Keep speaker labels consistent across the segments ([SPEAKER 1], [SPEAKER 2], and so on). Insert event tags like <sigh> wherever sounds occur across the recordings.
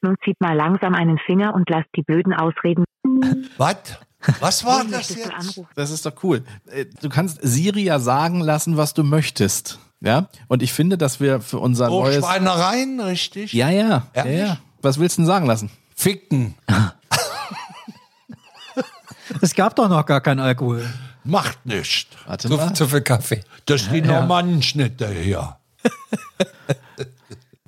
[SPEAKER 1] Nun zieht mal langsam einen Finger und lasst die blöden Ausreden.
[SPEAKER 2] Was? Was war das
[SPEAKER 1] Möchtest du
[SPEAKER 2] jetzt?
[SPEAKER 1] anrufen?
[SPEAKER 3] Das ist doch cool. Äh, Du kannst Siri ja sagen lassen, was du möchtest. Ja? Und ich finde, dass wir für unser
[SPEAKER 2] Oh,
[SPEAKER 3] neues.
[SPEAKER 2] Schweinereien, richtig?
[SPEAKER 3] Ja, ja. ja,
[SPEAKER 2] Ehrlich?
[SPEAKER 3] ja. Was willst du denn sagen lassen?
[SPEAKER 2] Ficken.
[SPEAKER 4] Es gab doch noch gar keinen Alkohol.
[SPEAKER 2] Macht nichts.
[SPEAKER 3] Warte
[SPEAKER 5] Zu,
[SPEAKER 3] mal.
[SPEAKER 5] zu viel Kaffee.
[SPEAKER 2] Das sind Normannen nicht daher.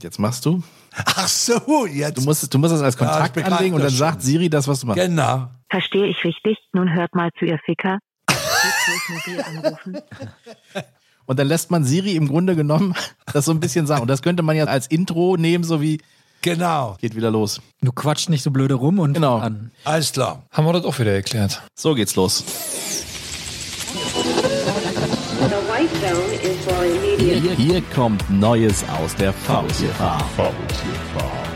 [SPEAKER 3] Jetzt machst du.
[SPEAKER 2] Ach so, jetzt.
[SPEAKER 3] Du musst, du musst das als Kontakt
[SPEAKER 2] begreife
[SPEAKER 3] anlegen und dann
[SPEAKER 2] das
[SPEAKER 3] sagt Siri das, was du machst.
[SPEAKER 2] genau.
[SPEAKER 1] Verstehe ich richtig? Nun hört mal zu, ihr Ficker. Geht durch Mobil anrufen.
[SPEAKER 3] Und dann lässt man Siri im Grunde genommen <laughs> das so ein bisschen sagen. Und das könnte man ja als Intro nehmen, so wie
[SPEAKER 2] Genau.
[SPEAKER 3] geht wieder los.
[SPEAKER 4] Du quatsch nicht so blöde rum und
[SPEAKER 3] Genau.
[SPEAKER 4] fang an.
[SPEAKER 2] Alles klar.
[SPEAKER 5] Haben wir das auch wieder erklärt.
[SPEAKER 3] So geht's los.
[SPEAKER 6] The white zone is for
[SPEAKER 3] Hier,
[SPEAKER 6] immediate.
[SPEAKER 3] hier kommt Neues aus der VTV.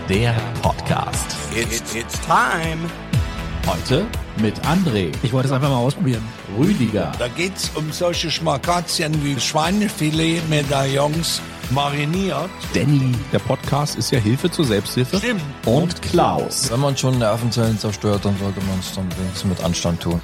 [SPEAKER 3] Der Podcast.
[SPEAKER 7] It's, it's time.
[SPEAKER 3] Heute mit André,
[SPEAKER 4] Ich wollte es einfach mal ausprobieren.
[SPEAKER 3] Rüdiger,
[SPEAKER 2] Da geht's um solche Schmakazien wie Schweinefilet, Medaillons, mariniert.
[SPEAKER 3] Danny. Der Podcast ist ja Hilfe zur Selbsthilfe.
[SPEAKER 2] Stimmt.
[SPEAKER 3] Und Klaus.
[SPEAKER 5] Wenn man schon Nervenzellen zerstört, dann sollte man es dann wenigstens mit Anstand tun.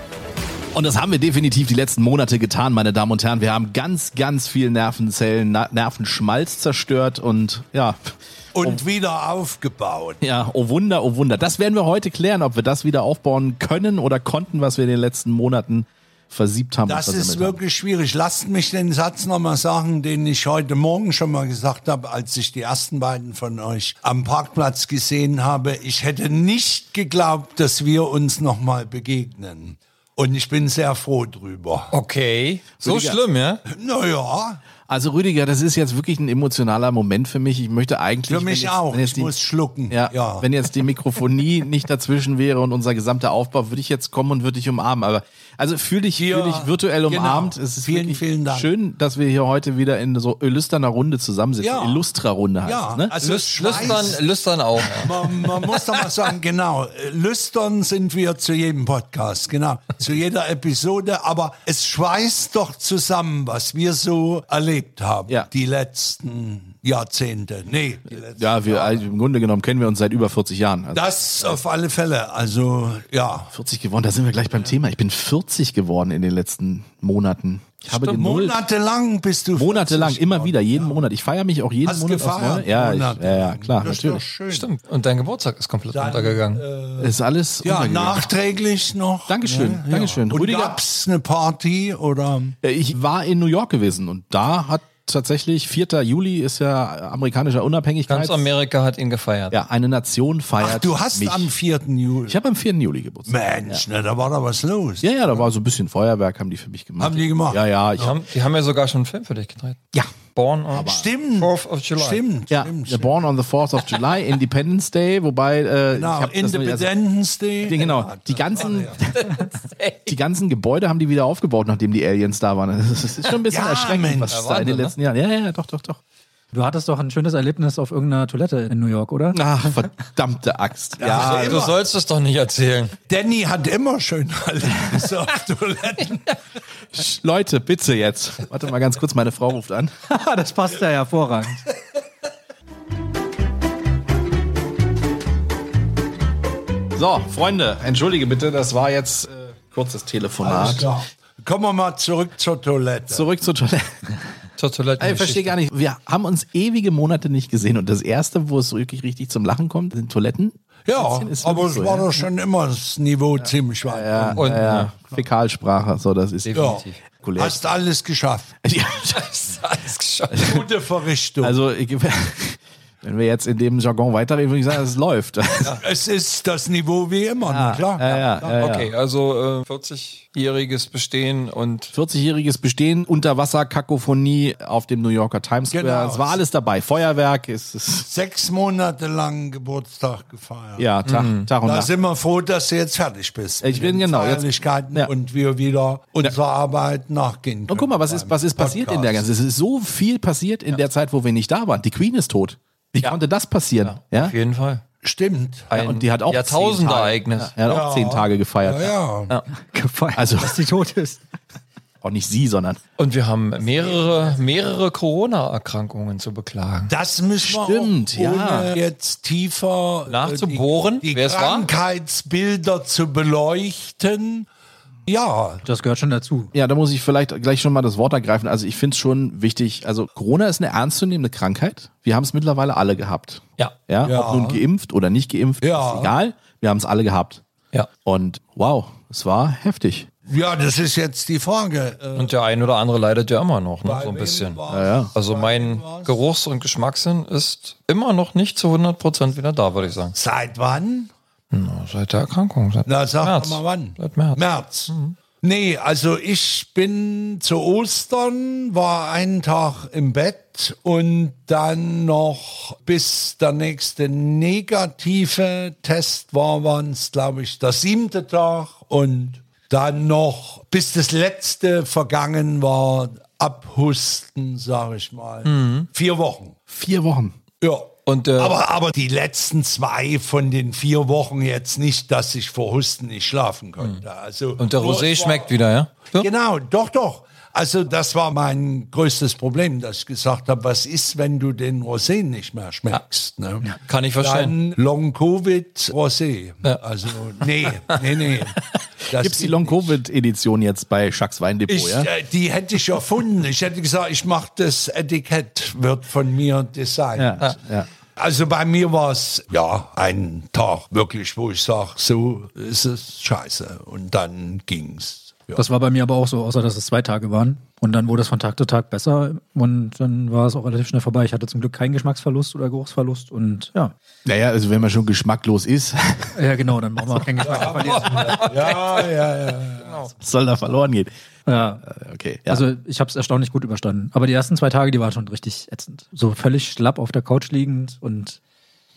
[SPEAKER 3] Und das haben wir definitiv die letzten Monate getan, meine Damen und Herren. Wir haben ganz, ganz viel Nervenzellen, Na Nervenschmalz zerstört und ja, <laughs>
[SPEAKER 2] Und
[SPEAKER 3] Um-
[SPEAKER 2] wieder aufgebaut.
[SPEAKER 3] ja, oh Wunder, oh Wunder. Das werden wir heute klären, ob wir das wieder aufbauen können oder konnten, was wir in den letzten Monaten versiebt haben. und
[SPEAKER 2] Das
[SPEAKER 3] versemmelt
[SPEAKER 2] ist
[SPEAKER 3] haben.
[SPEAKER 2] wirklich schwierig. Lasst mich den Satz nochmal sagen, den ich heute Morgen schon mal gesagt habe, als ich die ersten beiden von euch am Parkplatz gesehen habe. Ich hätte nicht geglaubt, dass wir uns nochmal begegnen. Und ich bin sehr froh drüber.
[SPEAKER 5] Okay. So schlimm, ja?
[SPEAKER 2] Naja,
[SPEAKER 3] Also Rüdiger, das ist jetzt wirklich ein emotionaler Moment für mich. Ich möchte eigentlich
[SPEAKER 2] für mich
[SPEAKER 3] wenn jetzt,
[SPEAKER 2] auch.
[SPEAKER 3] Wenn jetzt
[SPEAKER 2] Ich
[SPEAKER 3] die,
[SPEAKER 2] muss schlucken.
[SPEAKER 3] ja, wenn jetzt
[SPEAKER 2] <laughs>
[SPEAKER 3] die Mikrofonie nicht dazwischen wäre und unser gesamter Aufbau, würde ich jetzt kommen und würde dich umarmen. Aber also fühl dich,
[SPEAKER 2] Ja,
[SPEAKER 3] fühl dich virtuell
[SPEAKER 2] genau.
[SPEAKER 3] umarmt. Es ist
[SPEAKER 2] Vielen,
[SPEAKER 3] wirklich
[SPEAKER 2] vielen Dank.
[SPEAKER 3] Schön, dass wir hier heute wieder in so illüsterner Runde zusammensitzen.
[SPEAKER 2] Ja.
[SPEAKER 3] Illustra Runde heißt
[SPEAKER 2] ja,
[SPEAKER 3] es, ne?
[SPEAKER 2] also
[SPEAKER 5] Lüst,
[SPEAKER 2] Schweiß-
[SPEAKER 5] lüstern, lüstern auch. Ja.
[SPEAKER 2] Man, man muss doch mal sagen, genau, äh, lüstern sind wir zu jedem Podcast, genau, zu jeder Episode, aber es schweißt doch zusammen, was wir so erlebt haben,
[SPEAKER 3] Ja.
[SPEAKER 2] die letzten Jahrzehnte. Nee, die letzten.
[SPEAKER 3] Ja, wir also im Grunde genommen kennen wir uns seit über 40 Jahren. Also
[SPEAKER 2] Das auf alle Fälle, also ja.
[SPEAKER 3] 40 geworden, da sind wir gleich beim Thema. Ich bin 40 geworden in den letzten Monaten. Ich habe den Null-
[SPEAKER 2] Monatelang bist du.
[SPEAKER 3] Monatelang,
[SPEAKER 2] 40
[SPEAKER 3] immer wieder, jeden Monat. Ich feiere mich auch jeden
[SPEAKER 2] Hast
[SPEAKER 3] Monat. aufs
[SPEAKER 2] gefeiert?
[SPEAKER 3] Neue. Ja, ich, ja,
[SPEAKER 2] Monatelang.
[SPEAKER 3] ja, klar,
[SPEAKER 2] das Ist doch
[SPEAKER 3] natürlich.
[SPEAKER 2] schön.
[SPEAKER 5] Stimmt. Und dein Geburtstag ist komplett untergegangen.
[SPEAKER 3] Ist alles
[SPEAKER 2] Ja,
[SPEAKER 3] untergegangen.
[SPEAKER 2] nachträglich noch.
[SPEAKER 3] Dankeschön, Dankeschön.
[SPEAKER 2] Und
[SPEAKER 3] Rüdiger-
[SPEAKER 2] gab's eine Party oder?
[SPEAKER 3] Äh, Ich war in New York gewesen und da hat tatsächlich 4. Juli ist ja amerikanischer Unabhängigkeit.
[SPEAKER 5] Ganz Amerika hat ihn gefeiert.
[SPEAKER 3] Ja, eine Nation feiert.
[SPEAKER 2] Ach, du hast
[SPEAKER 3] mich.
[SPEAKER 2] am 4. Juli.
[SPEAKER 3] Ich habe am 4. Juli Geburtstag.
[SPEAKER 2] Mensch, ne, da war da was los.
[SPEAKER 3] Ja, ja, da war so ein bisschen Feuerwerk, haben die für mich gemacht.
[SPEAKER 2] Haben die gemacht?
[SPEAKER 3] Ja, ja, ich,
[SPEAKER 5] Die, haben, die haben ja sogar schon einen Film für dich gedreht.
[SPEAKER 3] ja.
[SPEAKER 5] Born on
[SPEAKER 2] Stimmt.
[SPEAKER 5] 4th of July.
[SPEAKER 2] Stimmt,
[SPEAKER 3] Ja,
[SPEAKER 2] stimmt.
[SPEAKER 3] The Born on the 4th of July,
[SPEAKER 2] <laughs>
[SPEAKER 3] Independence Day, wobei äh, ich
[SPEAKER 2] Genau,
[SPEAKER 3] hab das noch nicht- also-
[SPEAKER 2] Independence Day.
[SPEAKER 3] <laughs> Die- genau. Die ganzen, <laughs> die ganzen Gebäude haben die wieder aufgebaut, nachdem die Aliens da waren. Das ist schon ein bisschen
[SPEAKER 2] Ja,
[SPEAKER 3] erschreckend,
[SPEAKER 2] Mensch.
[SPEAKER 3] was
[SPEAKER 5] Da
[SPEAKER 3] da
[SPEAKER 5] waren
[SPEAKER 3] in den
[SPEAKER 5] sie, ne?
[SPEAKER 3] letzten Jahren. Ja, ja, doch, doch, doch.
[SPEAKER 4] Du hattest doch ein schönes Erlebnis auf irgendeiner Toilette in New York, oder?
[SPEAKER 3] Ach, verdammte Axt.
[SPEAKER 2] Ja,
[SPEAKER 3] Ja,
[SPEAKER 5] Du sollst es doch nicht erzählen.
[SPEAKER 2] Danny hat immer schön
[SPEAKER 3] <laughs>
[SPEAKER 2] alles auf Toiletten.
[SPEAKER 3] Leute, bitte jetzt. Warte mal ganz kurz, meine Frau ruft an.
[SPEAKER 4] <laughs> das passt ja hervorragend.
[SPEAKER 3] So, Freunde, entschuldige bitte, das war jetzt äh, kurzes Telefonat.
[SPEAKER 2] Ja. Kommen wir mal zurück zur Toilette.
[SPEAKER 3] Zurück zur Toilette.
[SPEAKER 5] Zur Toilette.
[SPEAKER 3] Ich verstehe gar nicht. Wir haben uns ewige Monate nicht gesehen und das erste, wo es wirklich richtig zum Lachen kommt, sind Toiletten.
[SPEAKER 2] Ja,
[SPEAKER 3] Ist
[SPEAKER 2] aber
[SPEAKER 3] wirklich
[SPEAKER 2] es
[SPEAKER 3] so,
[SPEAKER 2] war
[SPEAKER 3] ja.
[SPEAKER 2] doch schon immer das Niveau ziemlich weit. Ja,
[SPEAKER 5] Und,
[SPEAKER 3] Ja, Fäkalsprache, so das ist.
[SPEAKER 5] Definitiv.
[SPEAKER 3] Kulär.
[SPEAKER 2] Hast alles
[SPEAKER 3] <laughs>
[SPEAKER 2] geschafft.
[SPEAKER 3] Ja.
[SPEAKER 5] Alles geschafft.
[SPEAKER 2] Gute Verrichtung.
[SPEAKER 3] Also, ich, <laughs> wenn wir jetzt in dem Jargon weiterreden, würde ich sagen, es läuft. <laughs>
[SPEAKER 2] es ist das Niveau wie immer, na klar.
[SPEAKER 5] Okay, also äh, 40-jähriges Bestehen und
[SPEAKER 3] 40-jähriges Bestehen, Unterwasser-Kakophonie auf dem New Yorker Times Square.
[SPEAKER 2] Genau.
[SPEAKER 3] Es war alles dabei. Feuerwerk, es ist,
[SPEAKER 2] Sechs Monate lang Geburtstag gefeiert.
[SPEAKER 3] ja, Tag, Tag und
[SPEAKER 2] Da
[SPEAKER 3] Nacht.
[SPEAKER 2] sind wir froh, dass du jetzt fertig bist.
[SPEAKER 3] Ich
[SPEAKER 2] mit
[SPEAKER 3] bin
[SPEAKER 2] den
[SPEAKER 3] genau, jetzt-
[SPEAKER 2] Feierlichkeiten
[SPEAKER 3] Ja.
[SPEAKER 2] und wir wieder unserer Arbeit nachgehen können.
[SPEAKER 3] Und guck mal, was ist, was ist passiert in der ganzen? Es ist so viel passiert in der Zeit, wo wir nicht da waren. Die Queen ist tot. Wie konnte das passieren? Ja.
[SPEAKER 5] auf jeden Fall.
[SPEAKER 2] Stimmt.
[SPEAKER 5] Ein
[SPEAKER 3] und die hat auch zehn
[SPEAKER 5] Jahrtausendereignis.
[SPEAKER 3] Er hat auch zehn Tage gefeiert.
[SPEAKER 2] Ja,
[SPEAKER 3] <laughs>
[SPEAKER 4] Gefeiert,
[SPEAKER 3] Also-
[SPEAKER 4] dass die tot ist.
[SPEAKER 3] Auch nicht sie, sondern
[SPEAKER 5] Und wir haben mehrere, mehrere Corona-Erkrankungen zu beklagen.
[SPEAKER 2] Das müssen wir
[SPEAKER 3] Stimmt,
[SPEAKER 2] auch,
[SPEAKER 3] ja.
[SPEAKER 2] ohne jetzt tiefer äh,
[SPEAKER 5] Nachzubohren,
[SPEAKER 2] die, die
[SPEAKER 5] wer es war?
[SPEAKER 2] Krankheitsbilder zu beleuchten. Ja,
[SPEAKER 4] Das gehört schon dazu.
[SPEAKER 3] Ja, da muss ich vielleicht gleich schon mal das Wort ergreifen. Also ich finde es schon wichtig. Also Corona ist eine ernstzunehmende Krankheit. Wir haben es mittlerweile alle gehabt.
[SPEAKER 5] Ja.
[SPEAKER 3] Ja,
[SPEAKER 2] Ja.
[SPEAKER 3] ob nun geimpft oder nicht geimpft,
[SPEAKER 2] Ja.
[SPEAKER 3] ist egal. Wir haben es alle gehabt.
[SPEAKER 5] Ja.
[SPEAKER 3] Und wow, es war heftig.
[SPEAKER 2] ja, das ist jetzt die Frage. Äh,
[SPEAKER 5] Und der ein oder andere leidet ja immer noch, ne? so ein
[SPEAKER 2] wem
[SPEAKER 5] bisschen.
[SPEAKER 2] war's?
[SPEAKER 5] Also mein Geruchs- und Geschmackssinn ist immer noch nicht zu 100% wieder da, würde ich sagen.
[SPEAKER 2] Seit wann? Hm,
[SPEAKER 5] Seit der Erkrankung. Seit
[SPEAKER 2] Na, sag
[SPEAKER 5] März.
[SPEAKER 2] mal wann.
[SPEAKER 5] Seit März. Mhm.
[SPEAKER 2] März. Nee, also ich bin zu Ostern, war einen Tag im Bett und dann noch bis der nächste negative Test war, waren es, glaube ich, der siebte Tag und dann noch bis das letzte vergangen war, abhusten, sage ich mal.
[SPEAKER 5] Mhm.
[SPEAKER 2] Vier Wochen.
[SPEAKER 3] Vier Wochen.
[SPEAKER 2] Ja.
[SPEAKER 5] Und äh,
[SPEAKER 2] Aber, aber die letzten zwei von den vier Wochen jetzt nicht, dass ich vor Husten nicht schlafen konnte. Also
[SPEAKER 5] Hm. Und der
[SPEAKER 2] Nur
[SPEAKER 5] Rosé
[SPEAKER 2] es war-
[SPEAKER 5] schmeckt wieder, ja? So?
[SPEAKER 2] Genau, doch, doch. Also das war mein größtes Problem, dass ich gesagt habe, was ist, wenn du den Rosé nicht mehr schmeckst? Ne?
[SPEAKER 5] Kann ich verstehen.
[SPEAKER 2] Dann Long-Covid-Rosé. Also nee, nee,
[SPEAKER 5] <laughs>
[SPEAKER 2] nee. Das
[SPEAKER 3] Gibt's die
[SPEAKER 2] geht
[SPEAKER 3] Long-Covid-Edition jetzt bei Schacks Weindepot,
[SPEAKER 2] ich,
[SPEAKER 3] ja?
[SPEAKER 2] äh, die hätte ich erfunden. Ich hätte gesagt, ich mache das Etikett, wird von mir designt.
[SPEAKER 3] Ja, ja.
[SPEAKER 2] Also bei mir war es ja ein Tag wirklich, wo ich sage, so ist es scheiße. Und dann ging's. Ja.
[SPEAKER 4] Das war bei mir aber auch so, außer dass es zwei Tage waren. Und dann wurde es von Tag zu Tag besser und dann war es auch relativ schnell vorbei. Ich hatte zum Glück keinen Geschmacksverlust oder Geruchsverlust und ja.
[SPEAKER 3] Naja, also wenn man schon geschmacklos ist, <laughs>
[SPEAKER 4] Ja, genau, dann machen wir auch keinen Geschmacksverlust.
[SPEAKER 2] <laughs> Ja, ja, ja.
[SPEAKER 3] was soll da verloren gehen? Äh,
[SPEAKER 4] Ja.
[SPEAKER 3] Okay. Ja.
[SPEAKER 4] Also ich habe es erstaunlich gut überstanden. Aber die ersten zwei Tage, die waren schon richtig ätzend. So völlig schlapp auf der Couch liegend und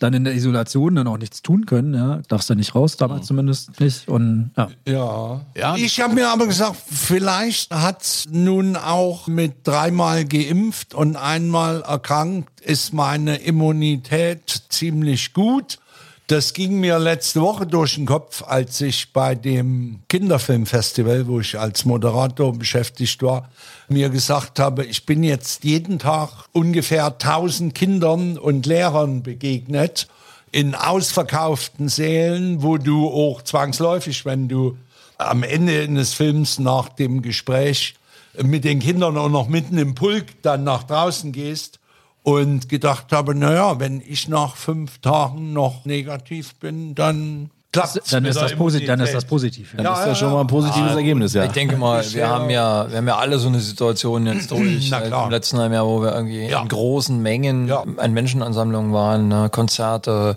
[SPEAKER 4] dann in der Isolation dann auch nichts tun können. Ja. Darfst du nicht raus, damals zumindest nicht. Und ja.
[SPEAKER 2] Ja.
[SPEAKER 3] Ja.
[SPEAKER 2] Ich habe mir aber gesagt, vielleicht hat's nun auch mit dreimal geimpft und einmal erkrankt, ist meine Immunität ziemlich gut. Das ging mir letzte Woche durch den Kopf, als ich bei dem Kinderfilmfestival, wo ich als Moderator beschäftigt war, mir gesagt habe, ich bin jetzt jeden Tag ungefähr 1000 Kindern und Lehrern begegnet in ausverkauften Sälen, wo du auch zwangsläufig, wenn du am Ende des Films nach dem Gespräch mit den Kindern und noch mitten im Pulk dann nach draußen gehst und gedacht habe, naja, wenn ich nach fünf Tagen noch negativ bin, dann klappt
[SPEAKER 4] Dann, ist das posi- dann ist das positiv. Ja.
[SPEAKER 3] Dann ist das schon mal ein positives Ergebnis, ja.
[SPEAKER 5] Ich denke mal, wir haben ja, wir haben ja alle so eine
[SPEAKER 2] <clears throat>
[SPEAKER 5] Situation jetzt durch
[SPEAKER 2] Na
[SPEAKER 5] äh,
[SPEAKER 2] klar.
[SPEAKER 5] im letzten halben Jahr, wo wir irgendwie
[SPEAKER 2] Ja.
[SPEAKER 5] in großen Mengen
[SPEAKER 2] Ja.
[SPEAKER 5] an Menschenansammlungen waren, ne? Konzerte,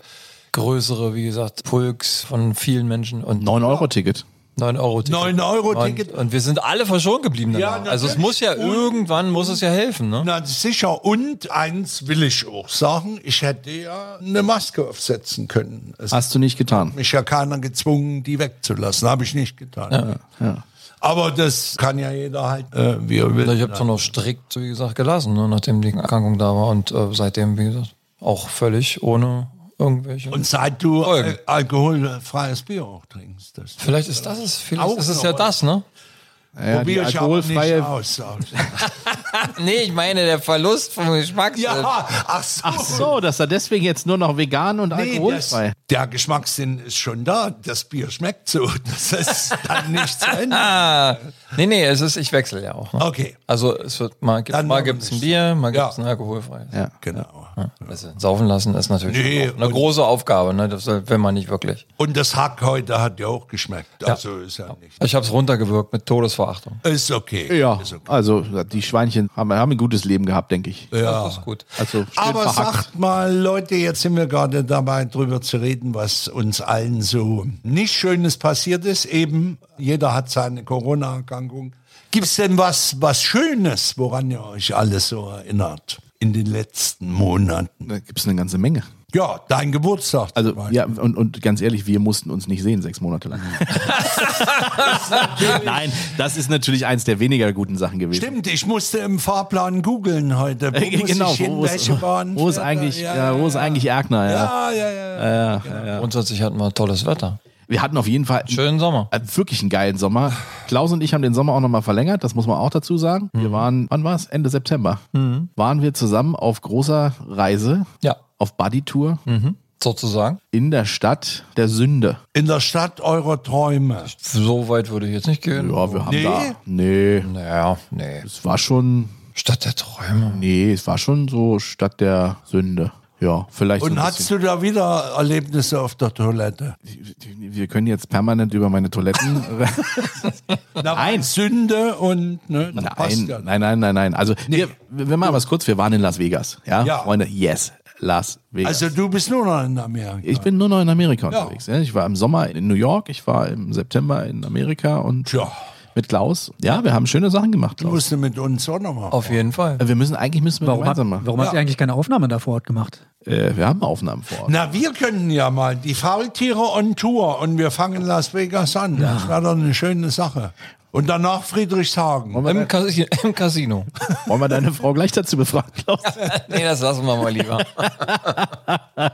[SPEAKER 5] größere, wie gesagt, Pulks von vielen Menschen und
[SPEAKER 3] 9-Euro-Ticket.
[SPEAKER 5] 9 Euro Ticket.
[SPEAKER 2] 9 Euro Ticket.
[SPEAKER 5] Und, und wir sind alle verschont geblieben
[SPEAKER 2] Ja,
[SPEAKER 5] danach. also
[SPEAKER 2] natürlich.
[SPEAKER 5] es muss ja irgendwann muss es ja helfen, ne?
[SPEAKER 2] Na sicher, und eins will ich auch sagen, ich hätte ja eine Maske aufsetzen können. Es hat
[SPEAKER 3] Hast du nicht getan.
[SPEAKER 2] mich ja keiner gezwungen, die wegzulassen, habe ich nicht getan. Aber das kann ja jeder halt, äh, wie er will.
[SPEAKER 5] Ich habe es noch strikt, wie gesagt, gelassen, ne? nachdem die Erkrankung da war und äh, seitdem, wie gesagt, auch völlig ohne irgendwelche.
[SPEAKER 2] Und seit du
[SPEAKER 5] Folgen.
[SPEAKER 2] äh, alkoholfreies Bier auch trinkst, das
[SPEAKER 5] vielleicht ist das es, vielleicht
[SPEAKER 2] Auch
[SPEAKER 5] ist es
[SPEAKER 2] noch.
[SPEAKER 5] ja das, ne?
[SPEAKER 3] Ja,
[SPEAKER 2] probier
[SPEAKER 3] die
[SPEAKER 2] ich aber nicht
[SPEAKER 3] alkoholfreie-
[SPEAKER 2] aus. aus.
[SPEAKER 3] <laughs>
[SPEAKER 5] Nee, ich meine der Verlust vom Geschmack.
[SPEAKER 2] ja, ach so.
[SPEAKER 3] Äh, Ach so, dass er deswegen jetzt nur noch vegan und
[SPEAKER 2] Nee, das,
[SPEAKER 3] alkoholfrei.
[SPEAKER 2] der Geschmackssinn ist schon da. Das Bier schmeckt so. <laughs> Das ist dann nicht zu Ende.
[SPEAKER 5] Ah, nee, nee, es ist, ich wechsle ja auch. Ne?
[SPEAKER 2] Okay.
[SPEAKER 5] Also es wird mal, gibt,
[SPEAKER 2] Dann
[SPEAKER 5] mal
[SPEAKER 2] machen wir
[SPEAKER 5] gibt's ein
[SPEAKER 2] nicht.
[SPEAKER 5] Bier, mal
[SPEAKER 2] Ja.
[SPEAKER 5] gibt's ein alkoholfreies.
[SPEAKER 3] Ja.
[SPEAKER 2] Genau.
[SPEAKER 5] Also, saufen lassen ist natürlich
[SPEAKER 2] Nee,
[SPEAKER 5] auch eine
[SPEAKER 2] und-
[SPEAKER 5] große Aufgabe, ne? Das will man nicht wirklich.
[SPEAKER 2] Und das Hack heute hat ja auch geschmeckt. Also ist ja nicht.
[SPEAKER 5] Ich habe es runtergewirkt mit Todesverachtung.
[SPEAKER 2] Ist okay.
[SPEAKER 3] Ja,
[SPEAKER 2] Ist okay.
[SPEAKER 3] also die Schweinchen haben, haben ein gutes Leben gehabt, denke ich.
[SPEAKER 5] Ja. Das ist gut.
[SPEAKER 3] Also schön
[SPEAKER 2] Aber
[SPEAKER 3] verhackt.
[SPEAKER 2] sagt mal, Leute, jetzt sind wir gerade dabei, drüber zu reden, was uns allen so nicht Schönes passiert ist. Eben, jeder hat seine Corona-Erkrankung. Gibt es denn was, was Schönes, woran ihr euch alles so erinnert in den letzten Monaten?
[SPEAKER 3] da gibt es eine ganze Menge.
[SPEAKER 2] Ja, dein Geburtstag. zum
[SPEAKER 3] Also
[SPEAKER 2] Beispiel.
[SPEAKER 3] ja, und, und ganz ehrlich, wir mussten uns nicht sehen, sechs Monate <laughs> lang. Nein, das ist natürlich eins der weniger guten Sachen gewesen.
[SPEAKER 2] Stimmt, ich musste im Fahrplan googeln
[SPEAKER 3] <laughs>
[SPEAKER 2] heute. Wo
[SPEAKER 3] Äh,
[SPEAKER 2] muss
[SPEAKER 3] genau,
[SPEAKER 2] ich hin,
[SPEAKER 3] wo, ist,
[SPEAKER 2] welche Bahn
[SPEAKER 3] wo ist
[SPEAKER 2] fährt da?
[SPEAKER 3] eigentlich,
[SPEAKER 2] Ja,
[SPEAKER 3] ja, wo ist eigentlich Erkner? Ja.
[SPEAKER 2] ja, ja, ja.
[SPEAKER 5] Grundsätzlich hatten wir tolles Wetter.
[SPEAKER 3] Wir hatten auf jeden Fall
[SPEAKER 5] Schönen Sommer.
[SPEAKER 3] äh, wirklich einen geilen Sommer. Klaus und ich haben den Sommer auch nochmal verlängert, das muss man auch dazu sagen.
[SPEAKER 2] Mhm.
[SPEAKER 3] Wir waren, wann war es? Ende September. Waren wir zusammen auf großer Reise,
[SPEAKER 5] Ja,
[SPEAKER 3] auf Buddy-Tour
[SPEAKER 2] Mhm.
[SPEAKER 5] sozusagen.
[SPEAKER 3] in der Stadt der Sünde.
[SPEAKER 2] In der Stadt eurer Träume.
[SPEAKER 5] So weit würde ich jetzt nicht gehen.
[SPEAKER 3] Ja, wir haben
[SPEAKER 2] Nee.
[SPEAKER 3] da. Nee,
[SPEAKER 5] Naja, nee.
[SPEAKER 3] es war schon.
[SPEAKER 5] Stadt der Träume.
[SPEAKER 3] Nee, es war schon so Stadt der Sünde. Ja, vielleicht. so
[SPEAKER 2] Und
[SPEAKER 3] ein
[SPEAKER 2] hattest du da wieder Erlebnisse auf der Toilette?
[SPEAKER 3] bisschen. Wir können jetzt permanent über meine Toiletten. <laughs>
[SPEAKER 2] Na, nein. Sünde und ne, das passt
[SPEAKER 3] nein,
[SPEAKER 2] ja.
[SPEAKER 3] nein, nein, nein, nein. Also, wir, wir machen was kurz. Wir waren in Las Vegas. Ja,
[SPEAKER 2] Ja.
[SPEAKER 3] Freunde, yes, Las Vegas.
[SPEAKER 2] Also du bist nur noch in Amerika.
[SPEAKER 3] ich bin nur noch in Amerika
[SPEAKER 2] Ja.
[SPEAKER 3] unterwegs. Ja. Ich war im Sommer in New York, ich war im September in Amerika und
[SPEAKER 2] Tja.
[SPEAKER 3] mit Klaus. Ja, wir haben schöne Sachen gemacht,
[SPEAKER 2] Du
[SPEAKER 3] Klaus.
[SPEAKER 2] musst mit uns auch nochmal.
[SPEAKER 5] Auf jeden Fall.
[SPEAKER 3] Wir müssen eigentlich müssen wir
[SPEAKER 4] Warum, hab,
[SPEAKER 3] gemeinsam machen.
[SPEAKER 4] warum habt ihr eigentlich keine Aufnahme da vor Ort gemacht?
[SPEAKER 3] Äh, wir haben Aufnahmen vor.
[SPEAKER 2] <laughs>
[SPEAKER 3] Ort.
[SPEAKER 2] Na, wir könnten ja mal die Faultiere on Tour und wir fangen Las Vegas an. Das wäre doch eine schöne Sache. Und danach Friedrichshagen.
[SPEAKER 5] Im, Kasi <laughs> Im Casino.
[SPEAKER 3] Wollen wir deine Frau gleich dazu befragen, Klaus?
[SPEAKER 5] nee, das lassen wir mal <laughs> lieber.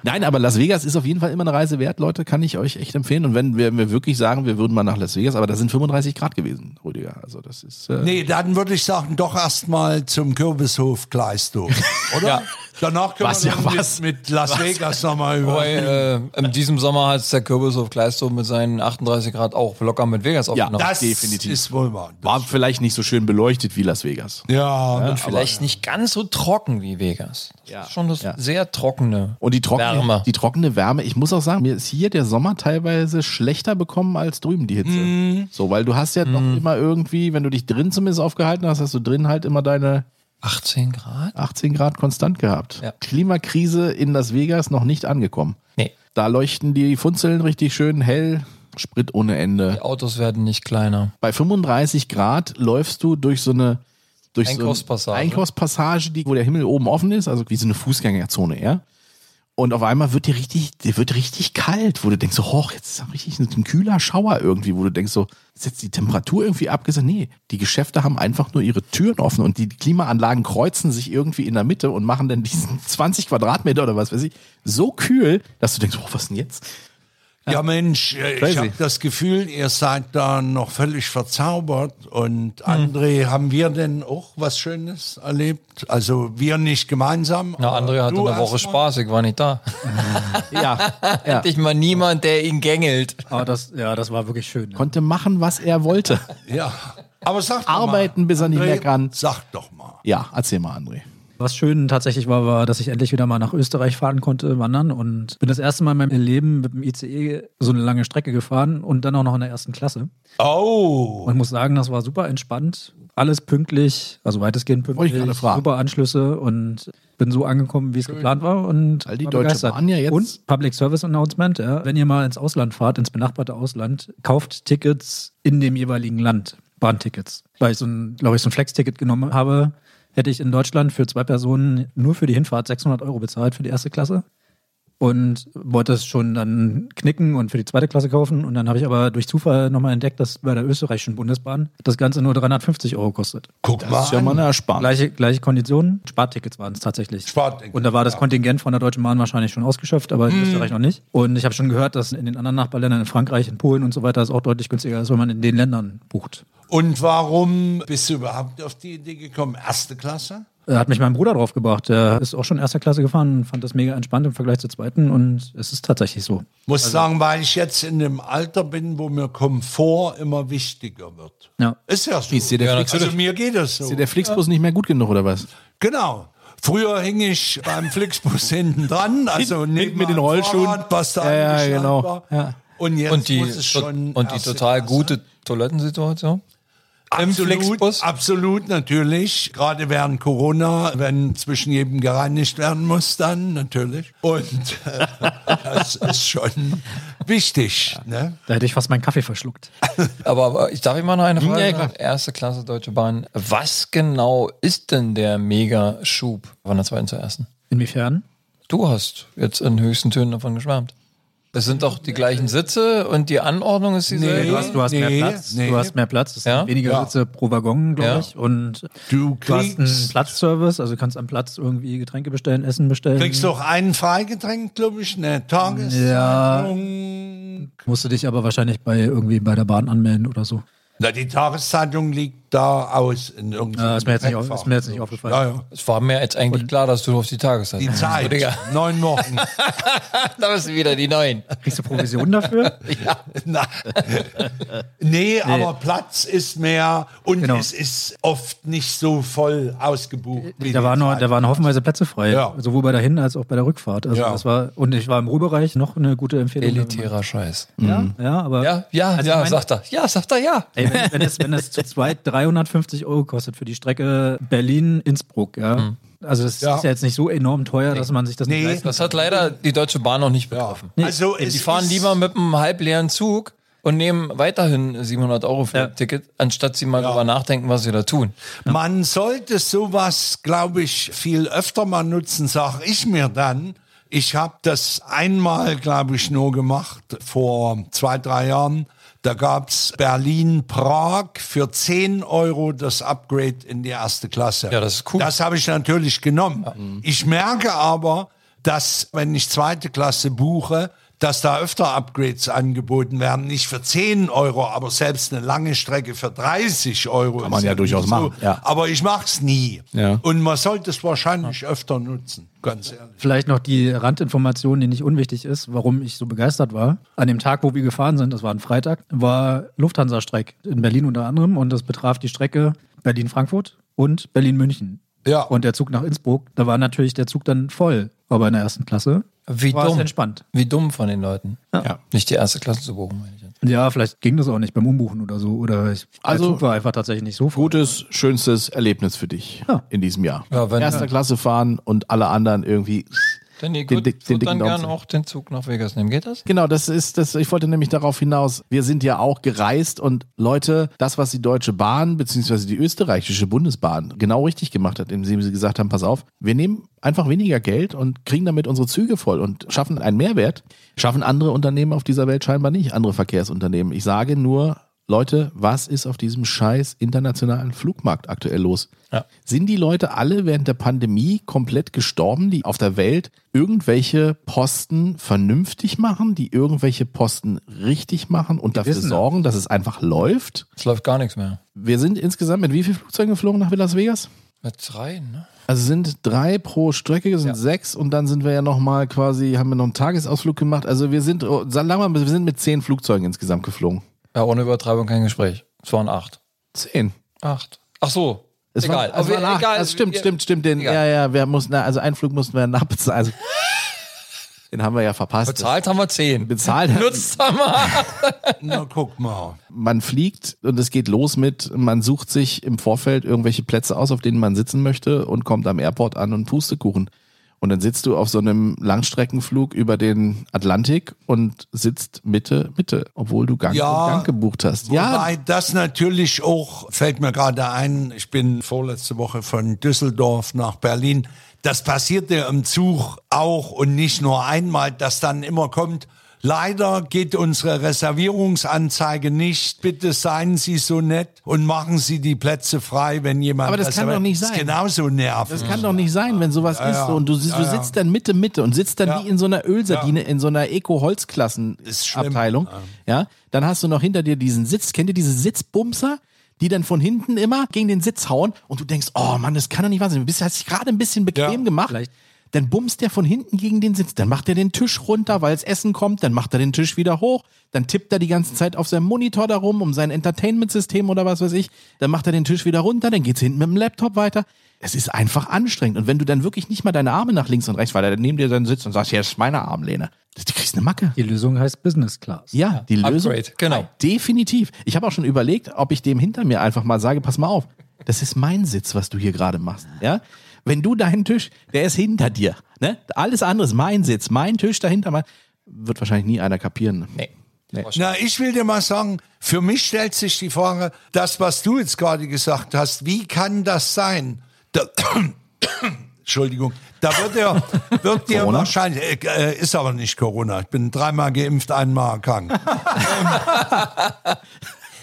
[SPEAKER 3] Nein, aber Las Vegas ist auf jeden Fall immer eine Reise wert, Leute, kann ich euch echt empfehlen. Und wenn wir, wir wirklich sagen, wir würden mal nach Las Vegas, aber da sind 35 Grad gewesen, Rüdiger. Also das ist. Äh,
[SPEAKER 2] Nee, dann würde ich sagen, doch erst mal zum Kürbishof Kleistow.
[SPEAKER 3] <laughs>
[SPEAKER 2] Oder? Danach können
[SPEAKER 3] Was,
[SPEAKER 2] wir
[SPEAKER 3] ja,
[SPEAKER 2] dann
[SPEAKER 3] was? Oh,
[SPEAKER 2] Mit, mit Las Vegas nochmal über.
[SPEAKER 5] Wobei, äh, in diesem Sommer hat es der Kürbishof Kleistow mit seinen 38 Grad auch locker mit Vegas aufgenommen.
[SPEAKER 2] das
[SPEAKER 3] definitiv.
[SPEAKER 2] ist wohl wahr.
[SPEAKER 3] war vielleicht nicht so schön beleuchtet wie Las Vegas.
[SPEAKER 2] Ja,
[SPEAKER 5] Und vielleicht nicht ganz so trocken wie Vegas. Das
[SPEAKER 3] Ja.
[SPEAKER 5] ist schon das
[SPEAKER 3] Ja.
[SPEAKER 5] sehr trockene.
[SPEAKER 3] Und die trockene,
[SPEAKER 5] Wärme.
[SPEAKER 3] die trockene Wärme, ich muss auch sagen, mir ist hier der Sommer teilweise schlechter bekommen als drüben die Hitze. So, weil du hast ja doch immer irgendwie, wenn du dich drin zumindest aufgehalten hast, hast du drin halt immer deine
[SPEAKER 5] 18 Grad?
[SPEAKER 3] 18 Grad konstant gehabt.
[SPEAKER 5] Ja.
[SPEAKER 3] Klimakrise in Las Vegas noch nicht angekommen.
[SPEAKER 5] Nee.
[SPEAKER 3] Da leuchten die Funzeln richtig schön hell, Sprit ohne Ende.
[SPEAKER 5] Die Autos werden nicht kleiner.
[SPEAKER 3] Bei 35 Grad läufst du durch so eine durch So
[SPEAKER 5] Einkaufspassage.
[SPEAKER 3] eine Einkaufspassage, die, wo der Himmel oben offen ist, also wie so eine Fußgängerzone, ja. Und auf einmal wird dir richtig, dir wird richtig kalt, wo du denkst, so, hoch, jetzt ist doch richtig ein kühler Schauer irgendwie, wo du denkst, so, ist jetzt die Temperatur irgendwie abgesagt? Nee, die Geschäfte haben einfach nur ihre Türen offen und die Klimaanlagen kreuzen sich irgendwie in der Mitte und machen dann diesen <laughs> 20 Quadratmeter oder was weiß ich so kühl, dass du denkst, oh, was denn jetzt?
[SPEAKER 2] ja Mensch, äh, ich
[SPEAKER 3] Crazy.
[SPEAKER 2] habe das Gefühl, ihr seid da noch völlig verzaubert. Und André, haben wir denn auch was Schönes erlebt? Also wir nicht gemeinsam.
[SPEAKER 5] Na,
[SPEAKER 2] aber
[SPEAKER 5] André hatte
[SPEAKER 2] du
[SPEAKER 5] eine Woche
[SPEAKER 2] erst mal.
[SPEAKER 5] Spaß, ich war nicht da. <laughs>
[SPEAKER 3] Ja, ja.
[SPEAKER 5] Endlich mal niemand, der ihn gängelt.
[SPEAKER 4] Aber das, ja, das war wirklich schön. ne?
[SPEAKER 3] konnte machen, was er wollte.
[SPEAKER 2] Ja. Aber sag doch
[SPEAKER 3] Arbeiten,
[SPEAKER 2] mal,
[SPEAKER 3] bis er nicht mehr kann.
[SPEAKER 2] Sag doch mal.
[SPEAKER 3] Ja, erzähl mal, André.
[SPEAKER 4] Was schön tatsächlich war, war, dass ich endlich wieder mal nach Österreich fahren konnte, wandern und bin das erste Mal in meinem Leben mit dem ICE so eine lange Strecke gefahren und dann auch noch in der ersten Klasse.
[SPEAKER 2] Oh.
[SPEAKER 4] Und muss sagen, das war super entspannt, alles pünktlich, also weitestgehend
[SPEAKER 3] Wollte
[SPEAKER 4] pünktlich,
[SPEAKER 3] ich gerade fragen.
[SPEAKER 4] super Anschlüsse und bin so angekommen, wie es geplant war und
[SPEAKER 3] All die
[SPEAKER 4] war
[SPEAKER 3] Deutsche Bahn ja jetzt-
[SPEAKER 4] Und Public Service Announcement, ja, wenn ihr mal ins Ausland fahrt, ins benachbarte Ausland, kauft Tickets in dem jeweiligen Land, Bahntickets. Weil ich so ein, glaube ich, so ein Flex-Ticket genommen habe, hätte ich in Deutschland für zwei Personen nur für die Hinfahrt 600 Euro bezahlt für die erste Klasse und wollte es schon dann knicken und für die zweite Klasse kaufen. Und dann habe ich aber durch Zufall nochmal entdeckt, dass bei der österreichischen Bundesbahn das Ganze nur 350 Euro kostet.
[SPEAKER 2] Guck
[SPEAKER 3] Das
[SPEAKER 2] mal.
[SPEAKER 3] ist ja
[SPEAKER 2] an.
[SPEAKER 3] mal eine Ersparnis.
[SPEAKER 4] Gleiche, gleiche Konditionen, Spartickets waren es tatsächlich.
[SPEAKER 2] Ah. Spartickets, Hm.
[SPEAKER 4] und da war das Kontingent von der Deutschen Bahn wahrscheinlich schon ausgeschöpft, aber in Österreich noch nicht. Und ich habe schon gehört, dass in den anderen Nachbarländern, in Frankreich, in Polen und so weiter, es auch deutlich günstiger ist, wenn man in den Ländern bucht.
[SPEAKER 2] Und warum bist du überhaupt auf die Idee gekommen? Erste Klasse?
[SPEAKER 4] Äh, Hat mich mein Bruder draufgebracht. Der ist auch schon erster Klasse gefahren und fand das mega entspannt im Vergleich zur zweiten. Und es ist tatsächlich so.
[SPEAKER 2] Muss sagen, weil ich jetzt in dem Alter bin, wo mir Komfort immer wichtiger wird.
[SPEAKER 4] Ja.
[SPEAKER 2] Ist ja so.
[SPEAKER 3] Ist dir der, Flix,
[SPEAKER 2] also mir geht es
[SPEAKER 3] ist
[SPEAKER 2] so.
[SPEAKER 3] dir der Flixbus nicht mehr gut genug oder was?
[SPEAKER 2] Genau. Früher hing ich beim Flixbus <laughs> hinten dran, also
[SPEAKER 3] Hinten
[SPEAKER 2] neben
[SPEAKER 3] mit den
[SPEAKER 2] am
[SPEAKER 3] Rollschuhen.
[SPEAKER 2] Fahrrad, was da
[SPEAKER 3] Ja, ja,
[SPEAKER 2] eingeschnallt
[SPEAKER 3] genau.
[SPEAKER 2] war.
[SPEAKER 3] Ja.
[SPEAKER 2] Und jetzt
[SPEAKER 5] Und die,
[SPEAKER 2] muss es schon
[SPEAKER 5] und die
[SPEAKER 2] erste
[SPEAKER 5] total
[SPEAKER 2] Klasse.
[SPEAKER 5] gute Toilettensituation.
[SPEAKER 2] Absolut,
[SPEAKER 5] Flixbus?
[SPEAKER 2] Absolut, natürlich. Gerade während Corona, wenn zwischen jedem gereinigt werden muss, dann natürlich. Und äh, <laughs> das ist schon wichtig. Ne?
[SPEAKER 4] Da hätte ich fast meinen Kaffee verschluckt.
[SPEAKER 5] Aber, aber ich darf ich mal noch
[SPEAKER 2] Hm,
[SPEAKER 5] eine Frage?
[SPEAKER 3] Ja,
[SPEAKER 5] stellen?
[SPEAKER 3] klar.
[SPEAKER 5] Erste Klasse Deutsche Bahn. Was genau ist denn der Mega-Schub von der zweiten zur ersten?
[SPEAKER 4] Inwiefern?
[SPEAKER 5] Du hast jetzt in höchsten Tönen davon geschwärmt. Es sind doch die gleichen Sitze und die Anordnung ist dieselbe.
[SPEAKER 2] Nee.
[SPEAKER 4] Du hast, du hast
[SPEAKER 2] Nee,
[SPEAKER 4] mehr Platz.
[SPEAKER 2] nee.
[SPEAKER 4] Du hast mehr Platz. Es
[SPEAKER 5] Ja?
[SPEAKER 4] sind weniger
[SPEAKER 2] Ja.
[SPEAKER 4] Sitze pro Waggon, glaube
[SPEAKER 5] Ja.
[SPEAKER 4] ich. Und
[SPEAKER 2] Du
[SPEAKER 4] du hast einen
[SPEAKER 2] kriegst,
[SPEAKER 4] Platzservice, also du kannst am Platz irgendwie Getränke bestellen, Essen bestellen.
[SPEAKER 2] ne? kriegst doch einen Freigetränk, glaube ich, eine Tageszeitung.
[SPEAKER 4] Musst du dich aber wahrscheinlich bei irgendwie bei der Bahn anmelden oder so.
[SPEAKER 2] Na, die Tageszeitung liegt da aus. In irgendeinem
[SPEAKER 4] Ja, Ah, ist mir jetzt nicht auf-
[SPEAKER 2] Fach.
[SPEAKER 4] ist mir jetzt nicht aufgefallen.
[SPEAKER 2] Ja, ja.
[SPEAKER 5] Es war mir jetzt eigentlich klar, dass du auf die Tageszeit
[SPEAKER 4] <laughs>
[SPEAKER 2] Die Zeit,
[SPEAKER 5] <laughs>
[SPEAKER 2] neun Wochen.
[SPEAKER 5] Da bist du wieder die Neuen.
[SPEAKER 4] Kriegst du Provision dafür?
[SPEAKER 2] Na, nee, aber Platz ist mehr und
[SPEAKER 4] Genau. Äh,
[SPEAKER 2] es ist oft nicht so voll ausgebucht. wie
[SPEAKER 4] Da
[SPEAKER 2] die
[SPEAKER 4] waren, noch,
[SPEAKER 2] Zeit.
[SPEAKER 4] da waren hoffenweise Plätze frei.
[SPEAKER 2] Ja.
[SPEAKER 4] Sowohl bei der Hin- als auch bei der Rückfahrt. Also
[SPEAKER 2] Ja.
[SPEAKER 4] das war, und ich war im Ruhrbereich noch eine gute Empfehlung.
[SPEAKER 5] <laughs> Elitärer Scheiß.
[SPEAKER 2] Hm.
[SPEAKER 4] Ja, ja, aber.
[SPEAKER 5] Ja, ja,
[SPEAKER 4] Also ich
[SPEAKER 5] ja,
[SPEAKER 4] meine-
[SPEAKER 5] sagt er. Ja, sagt er, ja.
[SPEAKER 4] Ey, wenn, wenn, es, wenn es zu zweit 350 Euro kostet für die Strecke Berlin-Innsbruck, ja. Also das
[SPEAKER 2] Ja.
[SPEAKER 4] ist ja jetzt nicht so enorm teuer, dass man sich das
[SPEAKER 2] Nee.
[SPEAKER 4] nicht leisten
[SPEAKER 5] Das hat leider die Deutsche Bahn noch nicht betroffen.
[SPEAKER 2] Also es
[SPEAKER 5] Die fahren
[SPEAKER 2] ist-
[SPEAKER 5] lieber mit einem halbleeren Zug und nehmen weiterhin 700 Euro für ein Ticket, anstatt sie mal drüber nachdenken, was sie da tun.
[SPEAKER 2] Man sollte sowas, glaube ich, viel öfter mal nutzen, sage ich mir dann. Ich habe das einmal, glaube ich, nur gemacht, vor zwei, drei Jahren. Da gab's Berlin-Prag für 10 Euro das Upgrade in die erste Klasse.
[SPEAKER 5] Ja, das ist cool. Mhm.
[SPEAKER 2] Das habe ich natürlich genommen. Ich merke aber, dass wenn ich zweite Klasse buche, dass da öfter Upgrades angeboten werden. Nicht für 10 Euro, aber selbst eine lange Strecke für 30 Euro. Kann
[SPEAKER 3] man ja durchaus machen, ja.
[SPEAKER 2] Aber ich mache es nie.
[SPEAKER 3] Ja.
[SPEAKER 2] Und man sollte es wahrscheinlich öfter nutzen, ganz ehrlich.
[SPEAKER 4] Vielleicht noch die Randinformation, die nicht unwichtig ist, warum ich so begeistert war. An dem Tag, wo wir gefahren sind, das war ein Freitag, war Lufthansa-Streik in Berlin unter anderem und das betraf die Strecke Berlin-Frankfurt und Berlin-München.
[SPEAKER 2] Ja.
[SPEAKER 4] Und der Zug nach Innsbruck, da war natürlich der Zug dann voll, aber in der ersten Klasse
[SPEAKER 5] Wie
[SPEAKER 4] war es
[SPEAKER 5] dumm.
[SPEAKER 4] entspannt.
[SPEAKER 5] Wie dumm von den Leuten.
[SPEAKER 3] Ja.
[SPEAKER 5] Nicht die erste Klasse zu buchen, meine ich jetzt.
[SPEAKER 4] Ja, vielleicht ging das auch nicht beim Umbuchen oder so. Oder ich,
[SPEAKER 3] Also-
[SPEAKER 4] der Zug war einfach tatsächlich nicht so voll.
[SPEAKER 3] Gutes, schönstes Erlebnis für dich
[SPEAKER 4] Ja.
[SPEAKER 3] in diesem Jahr.
[SPEAKER 5] Ja, wenn-
[SPEAKER 3] Erster Klasse fahren und alle anderen irgendwie
[SPEAKER 5] Denn
[SPEAKER 3] Den
[SPEAKER 5] ihr könnt
[SPEAKER 3] dick- den
[SPEAKER 5] würdet dann
[SPEAKER 3] dicken Daumen
[SPEAKER 5] gerne
[SPEAKER 3] zu-
[SPEAKER 5] auch den Zug nach Vegas nehmen. Geht das?
[SPEAKER 3] Genau, das ist das. Ich wollte nämlich darauf hinaus. Wir sind ja auch gereist und Leute, das, was die Deutsche Bahn bzw. die österreichische Bundesbahn genau richtig gemacht hat, indem sie gesagt haben: Pass auf, wir nehmen einfach weniger Geld und kriegen damit unsere Züge voll und schaffen einen Mehrwert. Schaffen andere Unternehmen auf dieser Welt scheinbar nicht, andere Verkehrsunternehmen. Ich sage nur. Leute, was ist auf diesem scheiß internationalen Flugmarkt aktuell los? Sind die Leute alle während der Pandemie komplett gestorben, die auf der Welt irgendwelche Posten vernünftig machen, die irgendwelche Posten richtig machen und dafür
[SPEAKER 4] wissen das.
[SPEAKER 3] sorgen, dass es einfach läuft?
[SPEAKER 5] Es läuft gar nichts mehr.
[SPEAKER 3] Wir sind insgesamt mit wie vielen Flugzeugen geflogen nach Las Vegas?
[SPEAKER 5] Mit drei, ne?
[SPEAKER 3] Also sind drei pro Strecke, sind sechs und dann sind wir ja nochmal quasi, haben wir noch einen Tagesausflug gemacht. Also wir sind, oh, sagen wir mal, wir sind mit zehn Flugzeugen insgesamt geflogen.
[SPEAKER 5] Ja, ohne Übertreibung kein Gespräch. Es waren acht.
[SPEAKER 3] Zehn.
[SPEAKER 5] Acht. Ach so.
[SPEAKER 3] Es
[SPEAKER 5] egal.
[SPEAKER 3] War, es
[SPEAKER 5] Aber
[SPEAKER 3] war nach,
[SPEAKER 5] egal.
[SPEAKER 3] also stimmt,
[SPEAKER 5] Wir-
[SPEAKER 3] stimmt, stimmt. Den,
[SPEAKER 5] egal.
[SPEAKER 3] ja, ja, wir mussten, also einen Flug mussten wir nachts. Also, den haben wir ja verpasst.
[SPEAKER 5] Bezahlt haben wir zehn.
[SPEAKER 3] Bezahlt.
[SPEAKER 5] Nutzt haben
[SPEAKER 3] <laughs>
[SPEAKER 5] wir acht.
[SPEAKER 2] Na, guck mal.
[SPEAKER 3] Man fliegt und es geht los mit, man sucht sich im Vorfeld irgendwelche Plätze aus, auf denen man sitzen möchte und kommt am Airport an und Pustekuchen. Und dann sitzt du auf so einem Langstreckenflug über den Atlantik und sitzt Mitte, Mitte, obwohl du Gang
[SPEAKER 2] Ja.
[SPEAKER 3] und Gang gebucht hast. Ja,
[SPEAKER 2] Wobei das natürlich auch, fällt mir gerade ein, ich bin vorletzte Woche von Düsseldorf nach Berlin. Das passiert ja im Zug auch und nicht nur einmal, dass dann immer kommt, leider geht unsere Reservierungsanzeige nicht, bitte seien Sie so nett und machen Sie die Plätze frei, wenn jemand...
[SPEAKER 3] Aber das kann doch nicht
[SPEAKER 2] Das ist
[SPEAKER 3] sein.
[SPEAKER 2] genauso nervig.
[SPEAKER 3] Das kann doch nicht sein, wenn sowas ist.
[SPEAKER 2] ja.
[SPEAKER 3] So. Und du, sitzt- du
[SPEAKER 2] Ja, ja.
[SPEAKER 3] sitzt dann Mitte, Mitte und sitzt dann
[SPEAKER 2] Ja.
[SPEAKER 3] wie in so einer Ölsardine, in so einer
[SPEAKER 2] Ist schlimm.
[SPEAKER 3] Eco-Holzklassen-Abteilung. Ja. Dann hast du noch hinter dir diesen Sitz. Kennt ihr diese Sitzbumser? Die dann von hinten immer gegen den Sitz hauen und du denkst, oh Mann, das kann doch nicht wahr sein. Du bist, hast dich gerade ein bisschen bequem
[SPEAKER 2] Ja,
[SPEAKER 3] gemacht.
[SPEAKER 4] vielleicht.
[SPEAKER 3] Dann bumst der von hinten gegen den Sitz. Dann macht er den Tisch runter, weil es Essen kommt. Dann macht er den Tisch wieder hoch. Dann tippt er die ganze Zeit auf seinem Monitor da rum, um sein Entertainment-System oder was weiß ich. Dann macht er den Tisch wieder runter. Dann geht's hinten mit dem Laptop weiter. Es ist einfach anstrengend. Und wenn du dann wirklich nicht mal deine Arme nach links und rechts, weil er dann neben dir dann sitzt und sagst, hier ist meine Armlehne. Du kriegst eine Macke.
[SPEAKER 4] Die Lösung heißt Business Class.
[SPEAKER 3] Ja, die Lösung.
[SPEAKER 5] Upgrade, genau.
[SPEAKER 3] Definitiv. Ich habe auch schon überlegt, ob ich dem hinter mir einfach mal sage, pass mal auf, das ist mein Sitz, was du hier gerade machst. Ja? Wenn du deinen Tisch, der ist hinter dir. Ne? Alles andere ist mein Sitz, mein Tisch dahinter. Mein, wird wahrscheinlich nie einer kapieren.
[SPEAKER 5] Nee.
[SPEAKER 2] Na, ich will dir mal sagen, für mich stellt sich die Frage, das, was du jetzt gerade gesagt hast, wie kann das sein? Da, <coughs> Entschuldigung, da wird dir, wird dir
[SPEAKER 3] Corona?
[SPEAKER 2] wahrscheinlich, äh, äh, ist aber nicht Corona, ich bin dreimal geimpft, einmal erkrankt.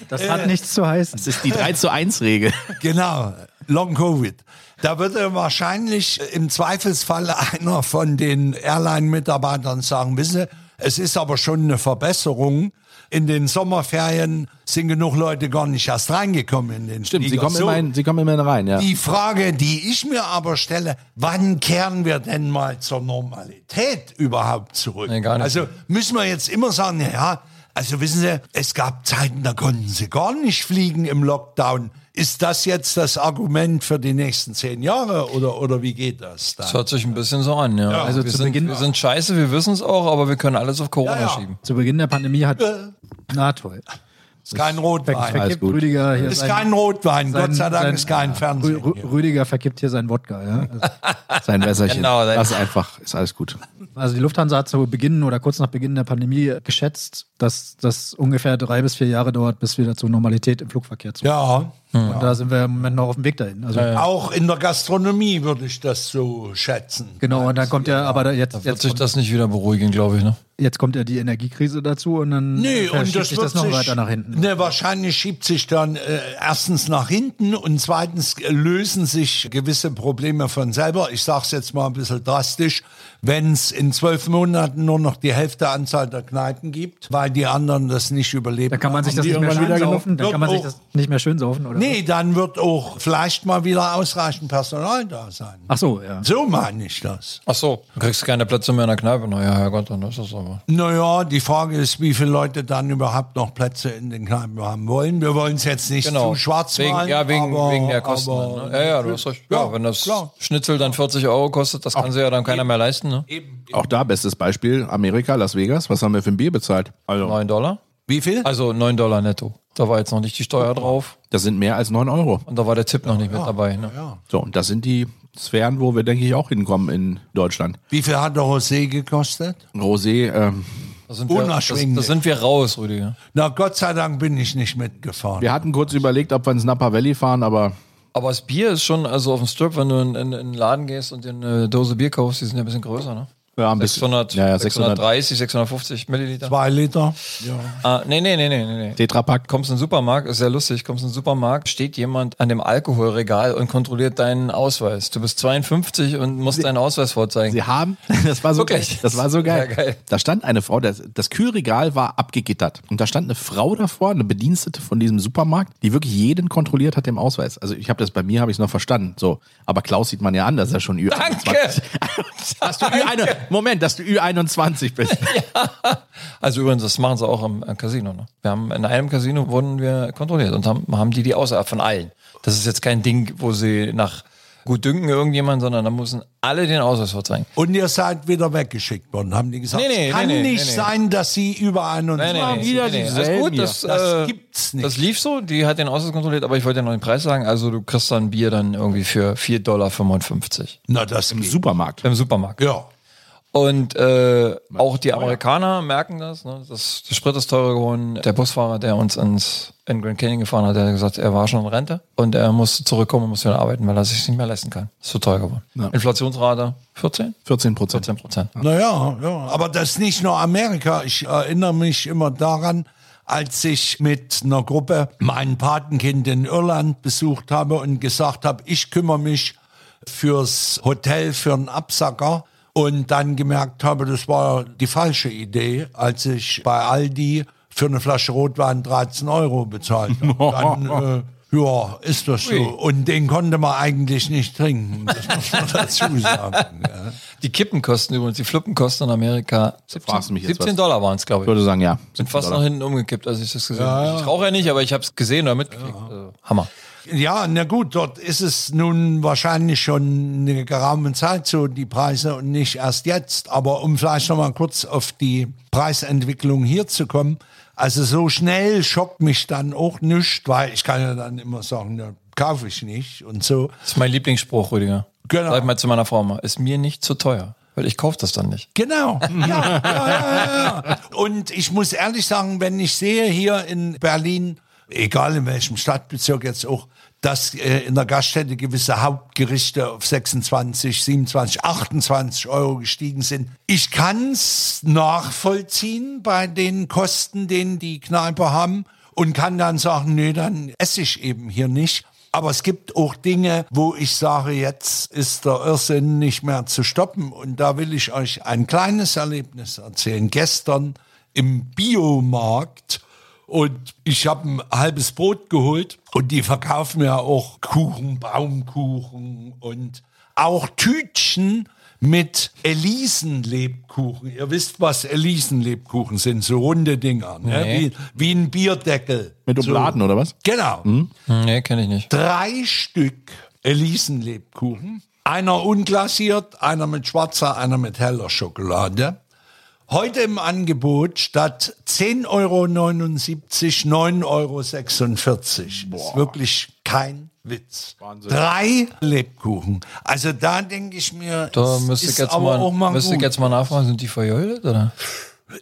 [SPEAKER 4] Das hat nichts zu heißen.
[SPEAKER 3] Das ist die 3 zu 1
[SPEAKER 5] <laughs>
[SPEAKER 3] Regel.
[SPEAKER 2] genau, Long Covid. Da wird er wahrscheinlich im Zweifelsfall einer von den Airline-Mitarbeitern sagen, wissen Sie, Es ist aber schon eine Verbesserung. In den Sommerferien sind genug Leute gar nicht erst reingekommen in den
[SPEAKER 3] Stimmt, sie
[SPEAKER 2] Flieger.
[SPEAKER 3] kommen,
[SPEAKER 2] So,
[SPEAKER 3] immerhin, sie kommen immerhin rein, ja.
[SPEAKER 2] Die Frage, die ich mir aber stelle, wann kehren wir denn mal zur Normalität überhaupt zurück?
[SPEAKER 5] Nee, gar nicht.
[SPEAKER 2] Also müssen wir jetzt immer sagen, na ja, also wissen Sie, es gab Zeiten, da konnten Sie gar nicht fliegen im Lockdown. Ist das jetzt das Argument für die nächsten zehn Jahre oder, oder wie geht das dann?
[SPEAKER 5] Das hört sich ein bisschen so an, ja. also wir,
[SPEAKER 4] zu
[SPEAKER 5] sind,
[SPEAKER 4] Beginn-
[SPEAKER 5] wir sind scheiße, wir wissen es auch, aber wir können alles auf Corona
[SPEAKER 2] Ja, ja.
[SPEAKER 5] schieben.
[SPEAKER 4] Zu Beginn der Pandemie hat. Na toll.
[SPEAKER 2] ist kein Rotwein.
[SPEAKER 3] Äh. alles
[SPEAKER 4] Verkippt
[SPEAKER 3] gut.
[SPEAKER 4] Rüdiger hier
[SPEAKER 2] Ist
[SPEAKER 4] sein-
[SPEAKER 2] kein Rotwein,
[SPEAKER 4] sein-
[SPEAKER 2] Gott sei Dank
[SPEAKER 4] sein-
[SPEAKER 2] ist kein Fernsehen.
[SPEAKER 4] Rü-
[SPEAKER 2] hier.
[SPEAKER 4] Rü- Rüdiger verkippt hier seinen Wodka. Ja? Also,
[SPEAKER 3] Sein Wässerchen.
[SPEAKER 5] Genau, sein-
[SPEAKER 3] das ist einfach, ist alles gut.
[SPEAKER 4] also die Lufthansa hat zu Beginn oder kurz nach Beginn der Pandemie geschätzt, dass das ungefähr drei bis vier Jahre dauert, bis wieder zur Normalität im Flugverkehr zu
[SPEAKER 2] Ja.
[SPEAKER 4] Und da sind wir im Moment noch auf dem Weg dahin. Also,
[SPEAKER 2] Auch in der Gastronomie würde ich das so schätzen.
[SPEAKER 4] Genau, und dann kommt ja, aber da jetzt,
[SPEAKER 5] Wird
[SPEAKER 4] jetzt,
[SPEAKER 5] sich
[SPEAKER 4] kommt,
[SPEAKER 5] das nicht wieder beruhigen, glaube ich. Ne?
[SPEAKER 4] jetzt kommt ja die Energiekrise dazu und dann
[SPEAKER 2] Nee,
[SPEAKER 4] Äh, verschiebt
[SPEAKER 2] und das
[SPEAKER 4] sich
[SPEAKER 2] wird
[SPEAKER 4] das noch
[SPEAKER 2] sich,
[SPEAKER 4] weiter nach hinten.
[SPEAKER 2] Ne, wahrscheinlich schiebt sich dann äh, erstens nach hinten und zweitens äh, lösen sich gewisse Probleme von selber. Ich sage es jetzt mal ein bisschen drastisch, wenn es in zwölf Monaten nur noch die Hälfte Anzahl der Kneipen gibt, weil die anderen das nicht überleben.
[SPEAKER 4] Da kann man sich
[SPEAKER 2] haben
[SPEAKER 4] das
[SPEAKER 2] die
[SPEAKER 4] nicht mehr
[SPEAKER 2] irgendwann
[SPEAKER 4] schön
[SPEAKER 2] wieder
[SPEAKER 4] saufen. Da
[SPEAKER 2] Wird
[SPEAKER 4] kann man sich
[SPEAKER 2] auch-
[SPEAKER 4] das nicht mehr schön saufen, oder?
[SPEAKER 2] Nee, dann wird auch vielleicht mal wieder ausreichend Personal da sein.
[SPEAKER 4] Ach so, ja.
[SPEAKER 2] So meine ich das.
[SPEAKER 5] Ach so. Du kriegst keine Plätze mehr in der Kneipe. Na ja, Herrgott, dann ist das aber.
[SPEAKER 2] Naja, die Frage ist, wie viele Leute dann überhaupt noch Plätze in den Kneipen haben wollen. Wir wollen es jetzt nicht zu schwarz
[SPEAKER 5] Genau. wegen,
[SPEAKER 2] malen.
[SPEAKER 5] Ja, wegen,
[SPEAKER 2] aber,
[SPEAKER 5] wegen der Kosten.
[SPEAKER 2] aber-
[SPEAKER 5] ne? Ja, ja, du hast recht. Ja,
[SPEAKER 2] Ja,
[SPEAKER 5] wenn das
[SPEAKER 2] klar.
[SPEAKER 5] Schnitzel dann 40 Euro kostet, das kann sich ja dann keiner mehr leisten. Ne?
[SPEAKER 3] Auch da bestes Beispiel, Amerika, Las Vegas. Was haben wir für ein Bier bezahlt? Also,
[SPEAKER 5] 9 Dollar?
[SPEAKER 2] Wie viel?
[SPEAKER 5] Also 9 Dollar netto. Da war jetzt noch nicht die Steuer drauf
[SPEAKER 3] das sind mehr als 9 Euro.
[SPEAKER 5] und da war der Tipp noch nicht mit dabei. Ne?
[SPEAKER 3] So, und das sind die Sphären, wo wir, denke ich, auch hinkommen in Deutschland.
[SPEAKER 2] Wie viel hat der Rosé gekostet?
[SPEAKER 3] Rosé, ähm,
[SPEAKER 5] Da, sind wir, das,
[SPEAKER 2] Unerschwinglich.
[SPEAKER 5] da sind wir raus, Rüdiger.
[SPEAKER 2] Na, Gott sei Dank bin ich nicht mitgefahren.
[SPEAKER 3] wir hatten kurz überlegt, ob wir ins Napa Valley fahren, aber
[SPEAKER 5] Aber das Bier ist schon, also auf dem Strip, wenn du in, in, in den Laden gehst und dir eine Dose Bier kaufst, die sind ja ein bisschen größer, ne?
[SPEAKER 3] ja, ein bisschen.
[SPEAKER 5] 600,
[SPEAKER 3] ja, ja, 600
[SPEAKER 5] 630, 650 Milliliter.
[SPEAKER 2] Zwei Liter.
[SPEAKER 5] Ah, nee, nee, nee, nee, nee, nee.
[SPEAKER 3] Tetrapack.
[SPEAKER 5] Kommst in den Supermarkt, ist sehr lustig, kommst in den Supermarkt, steht jemand an dem Alkoholregal und kontrolliert deinen Ausweis. Du bist 52 und musst deinen Ausweis vorzeigen.
[SPEAKER 3] Sie haben, <laughs> das war so
[SPEAKER 5] Wirklich?
[SPEAKER 3] Das war so geil.
[SPEAKER 5] Ja, geil.
[SPEAKER 3] Da stand eine Frau, das, das Kühlregal war abgegittert. Und da stand eine Frau davor, eine Bedienstete von diesem Supermarkt, die wirklich jeden kontrolliert hat im Ausweis. Also ich habe das bei mir, habe ich es noch verstanden. So, aber Klaus sieht man ja an, dass er schon Ü21
[SPEAKER 5] Danke!
[SPEAKER 3] <laughs> Dass du Ü1, Moment, dass du Ü21
[SPEAKER 5] <laughs>
[SPEAKER 3] bist.
[SPEAKER 5] Also übrigens, das machen sie auch im äh, Casino. Ne? Wir haben in einem Casino wurden wir kontrolliert und haben, haben die die Aussage von allen. Das ist jetzt kein Ding, wo sie nach gut dünken irgendjemand, sondern da müssen alle den Ausweis vorzeigen.
[SPEAKER 2] Und ihr seid wieder weggeschickt worden, haben die gesagt.
[SPEAKER 5] Nee, nee,
[SPEAKER 2] es kann
[SPEAKER 5] nee, nee,
[SPEAKER 2] nicht
[SPEAKER 5] nee, nee.
[SPEAKER 2] sein, dass sie über 21
[SPEAKER 3] wieder dieselben
[SPEAKER 5] Alles gut,
[SPEAKER 3] hier.
[SPEAKER 5] das,
[SPEAKER 2] Das
[SPEAKER 5] äh,
[SPEAKER 2] gibt's nicht.
[SPEAKER 5] Das lief so, die hat den Ausweis kontrolliert, aber ich wollte ja noch den Preis sagen. Also du kriegst dann Bier dann irgendwie für 4,55 Dollar
[SPEAKER 2] Na, das geht.
[SPEAKER 3] Supermarkt.
[SPEAKER 5] im Supermarkt.
[SPEAKER 2] Ja.
[SPEAKER 5] Und äh, auch
[SPEAKER 3] Oh
[SPEAKER 5] die Amerikaner merken das, ne? das. Der Sprit ist teurer geworden. Der Busfahrer, der uns ins, in Grand Canyon gefahren hat, der hat gesagt, er war schon in Rente und er musste zurückkommen und musste wieder arbeiten, weil er sich nicht mehr leisten kann. Ist so teuer geworden. Inflationsrate 14?
[SPEAKER 3] 14 Prozent.
[SPEAKER 5] 14 Prozent.
[SPEAKER 2] Naja, ja. aber das ist nicht nur Amerika. Ich erinnere mich immer daran, als ich mit einer Gruppe mein Patenkind in Irland besucht habe und gesagt habe, ich kümmere mich fürs Hotel, für einen Absacker. Und dann gemerkt habe, das war die falsche Idee, als ich bei Aldi für eine Flasche Rotwein 13 Euro bezahlt habe. <laughs> Dann, äh, ja, ist das so. Und den konnte man eigentlich nicht trinken. Das muss man <laughs> dazu sagen. Ja.
[SPEAKER 5] Die Kippen kosten übrigens, die Flippen kosten in Amerika
[SPEAKER 3] fragst du
[SPEAKER 5] 17,
[SPEAKER 3] mich jetzt
[SPEAKER 5] 17
[SPEAKER 3] was.
[SPEAKER 5] Dollar waren es, glaube
[SPEAKER 3] Ich
[SPEAKER 5] ich.
[SPEAKER 3] würde sagen, ja.
[SPEAKER 5] Sind fast nach hinten umgekippt, als ich das gesehen habe. Ich rauche ja nicht, aber ich habe es gesehen oder mitgekriegt. Also, Hammer.
[SPEAKER 2] Ja, na gut, dort ist es nun wahrscheinlich schon eine geraume Zeit so, die Preise und nicht erst jetzt. Aber um vielleicht nochmal kurz auf die Preisentwicklung hier zu kommen. Also so schnell schockt mich dann auch nichts, weil ich kann ja dann immer sagen, ja, kaufe ich nicht und so.
[SPEAKER 5] Das ist mein Lieblingsspruch, Rüdiger.
[SPEAKER 2] Genau.
[SPEAKER 5] Sag ich mal zu meiner Frau mal, ist mir nicht zu teuer, weil ich kaufe das dann nicht.
[SPEAKER 2] Genau. Ja, ja, ja, ja, ja. Und ich muss ehrlich sagen, wenn ich sehe hier in Berlin, egal in welchem Stadtbezirk jetzt auch, dass äh, in der Gaststätte gewisse Hauptgerichte auf 26, 27, 28 Euro gestiegen sind. Ich kann es nachvollziehen bei den Kosten, den die Kneipe haben und kann dann sagen, nee, dann esse ich eben hier nicht. Aber es gibt auch Dinge, wo ich sage, jetzt ist der Irrsinn nicht mehr zu stoppen. Und da will ich euch ein kleines Erlebnis erzählen. Gestern im Biomarkt und ich habe ein halbes Brot geholt und die verkaufen ja auch Kuchen, Baumkuchen und auch Tütchen mit Elisenlebkuchen. Ihr wisst, was Elisenlebkuchen sind, so runde Dinger, ne?
[SPEAKER 5] Nee.
[SPEAKER 2] wie, wie ein Bierdeckel.
[SPEAKER 3] Mit Obladen oder was?
[SPEAKER 2] Genau.
[SPEAKER 5] Nee, kenne ich nicht.
[SPEAKER 2] Drei Stück Elisenlebkuchen. Einer unglasiert, einer mit schwarzer, einer mit heller Schokolade. Heute im Angebot statt 10,79 Euro 9,46 Euro. Ist wirklich kein Witz. Drei Lebkuchen. Also da denke ich mir,
[SPEAKER 5] Da
[SPEAKER 2] es
[SPEAKER 5] müsste ich
[SPEAKER 2] ist
[SPEAKER 5] jetzt
[SPEAKER 2] aber
[SPEAKER 5] mal,
[SPEAKER 2] auch mal
[SPEAKER 5] müsste ich
[SPEAKER 2] gut.
[SPEAKER 5] jetzt mal nachfragen, sind die verjödet oder?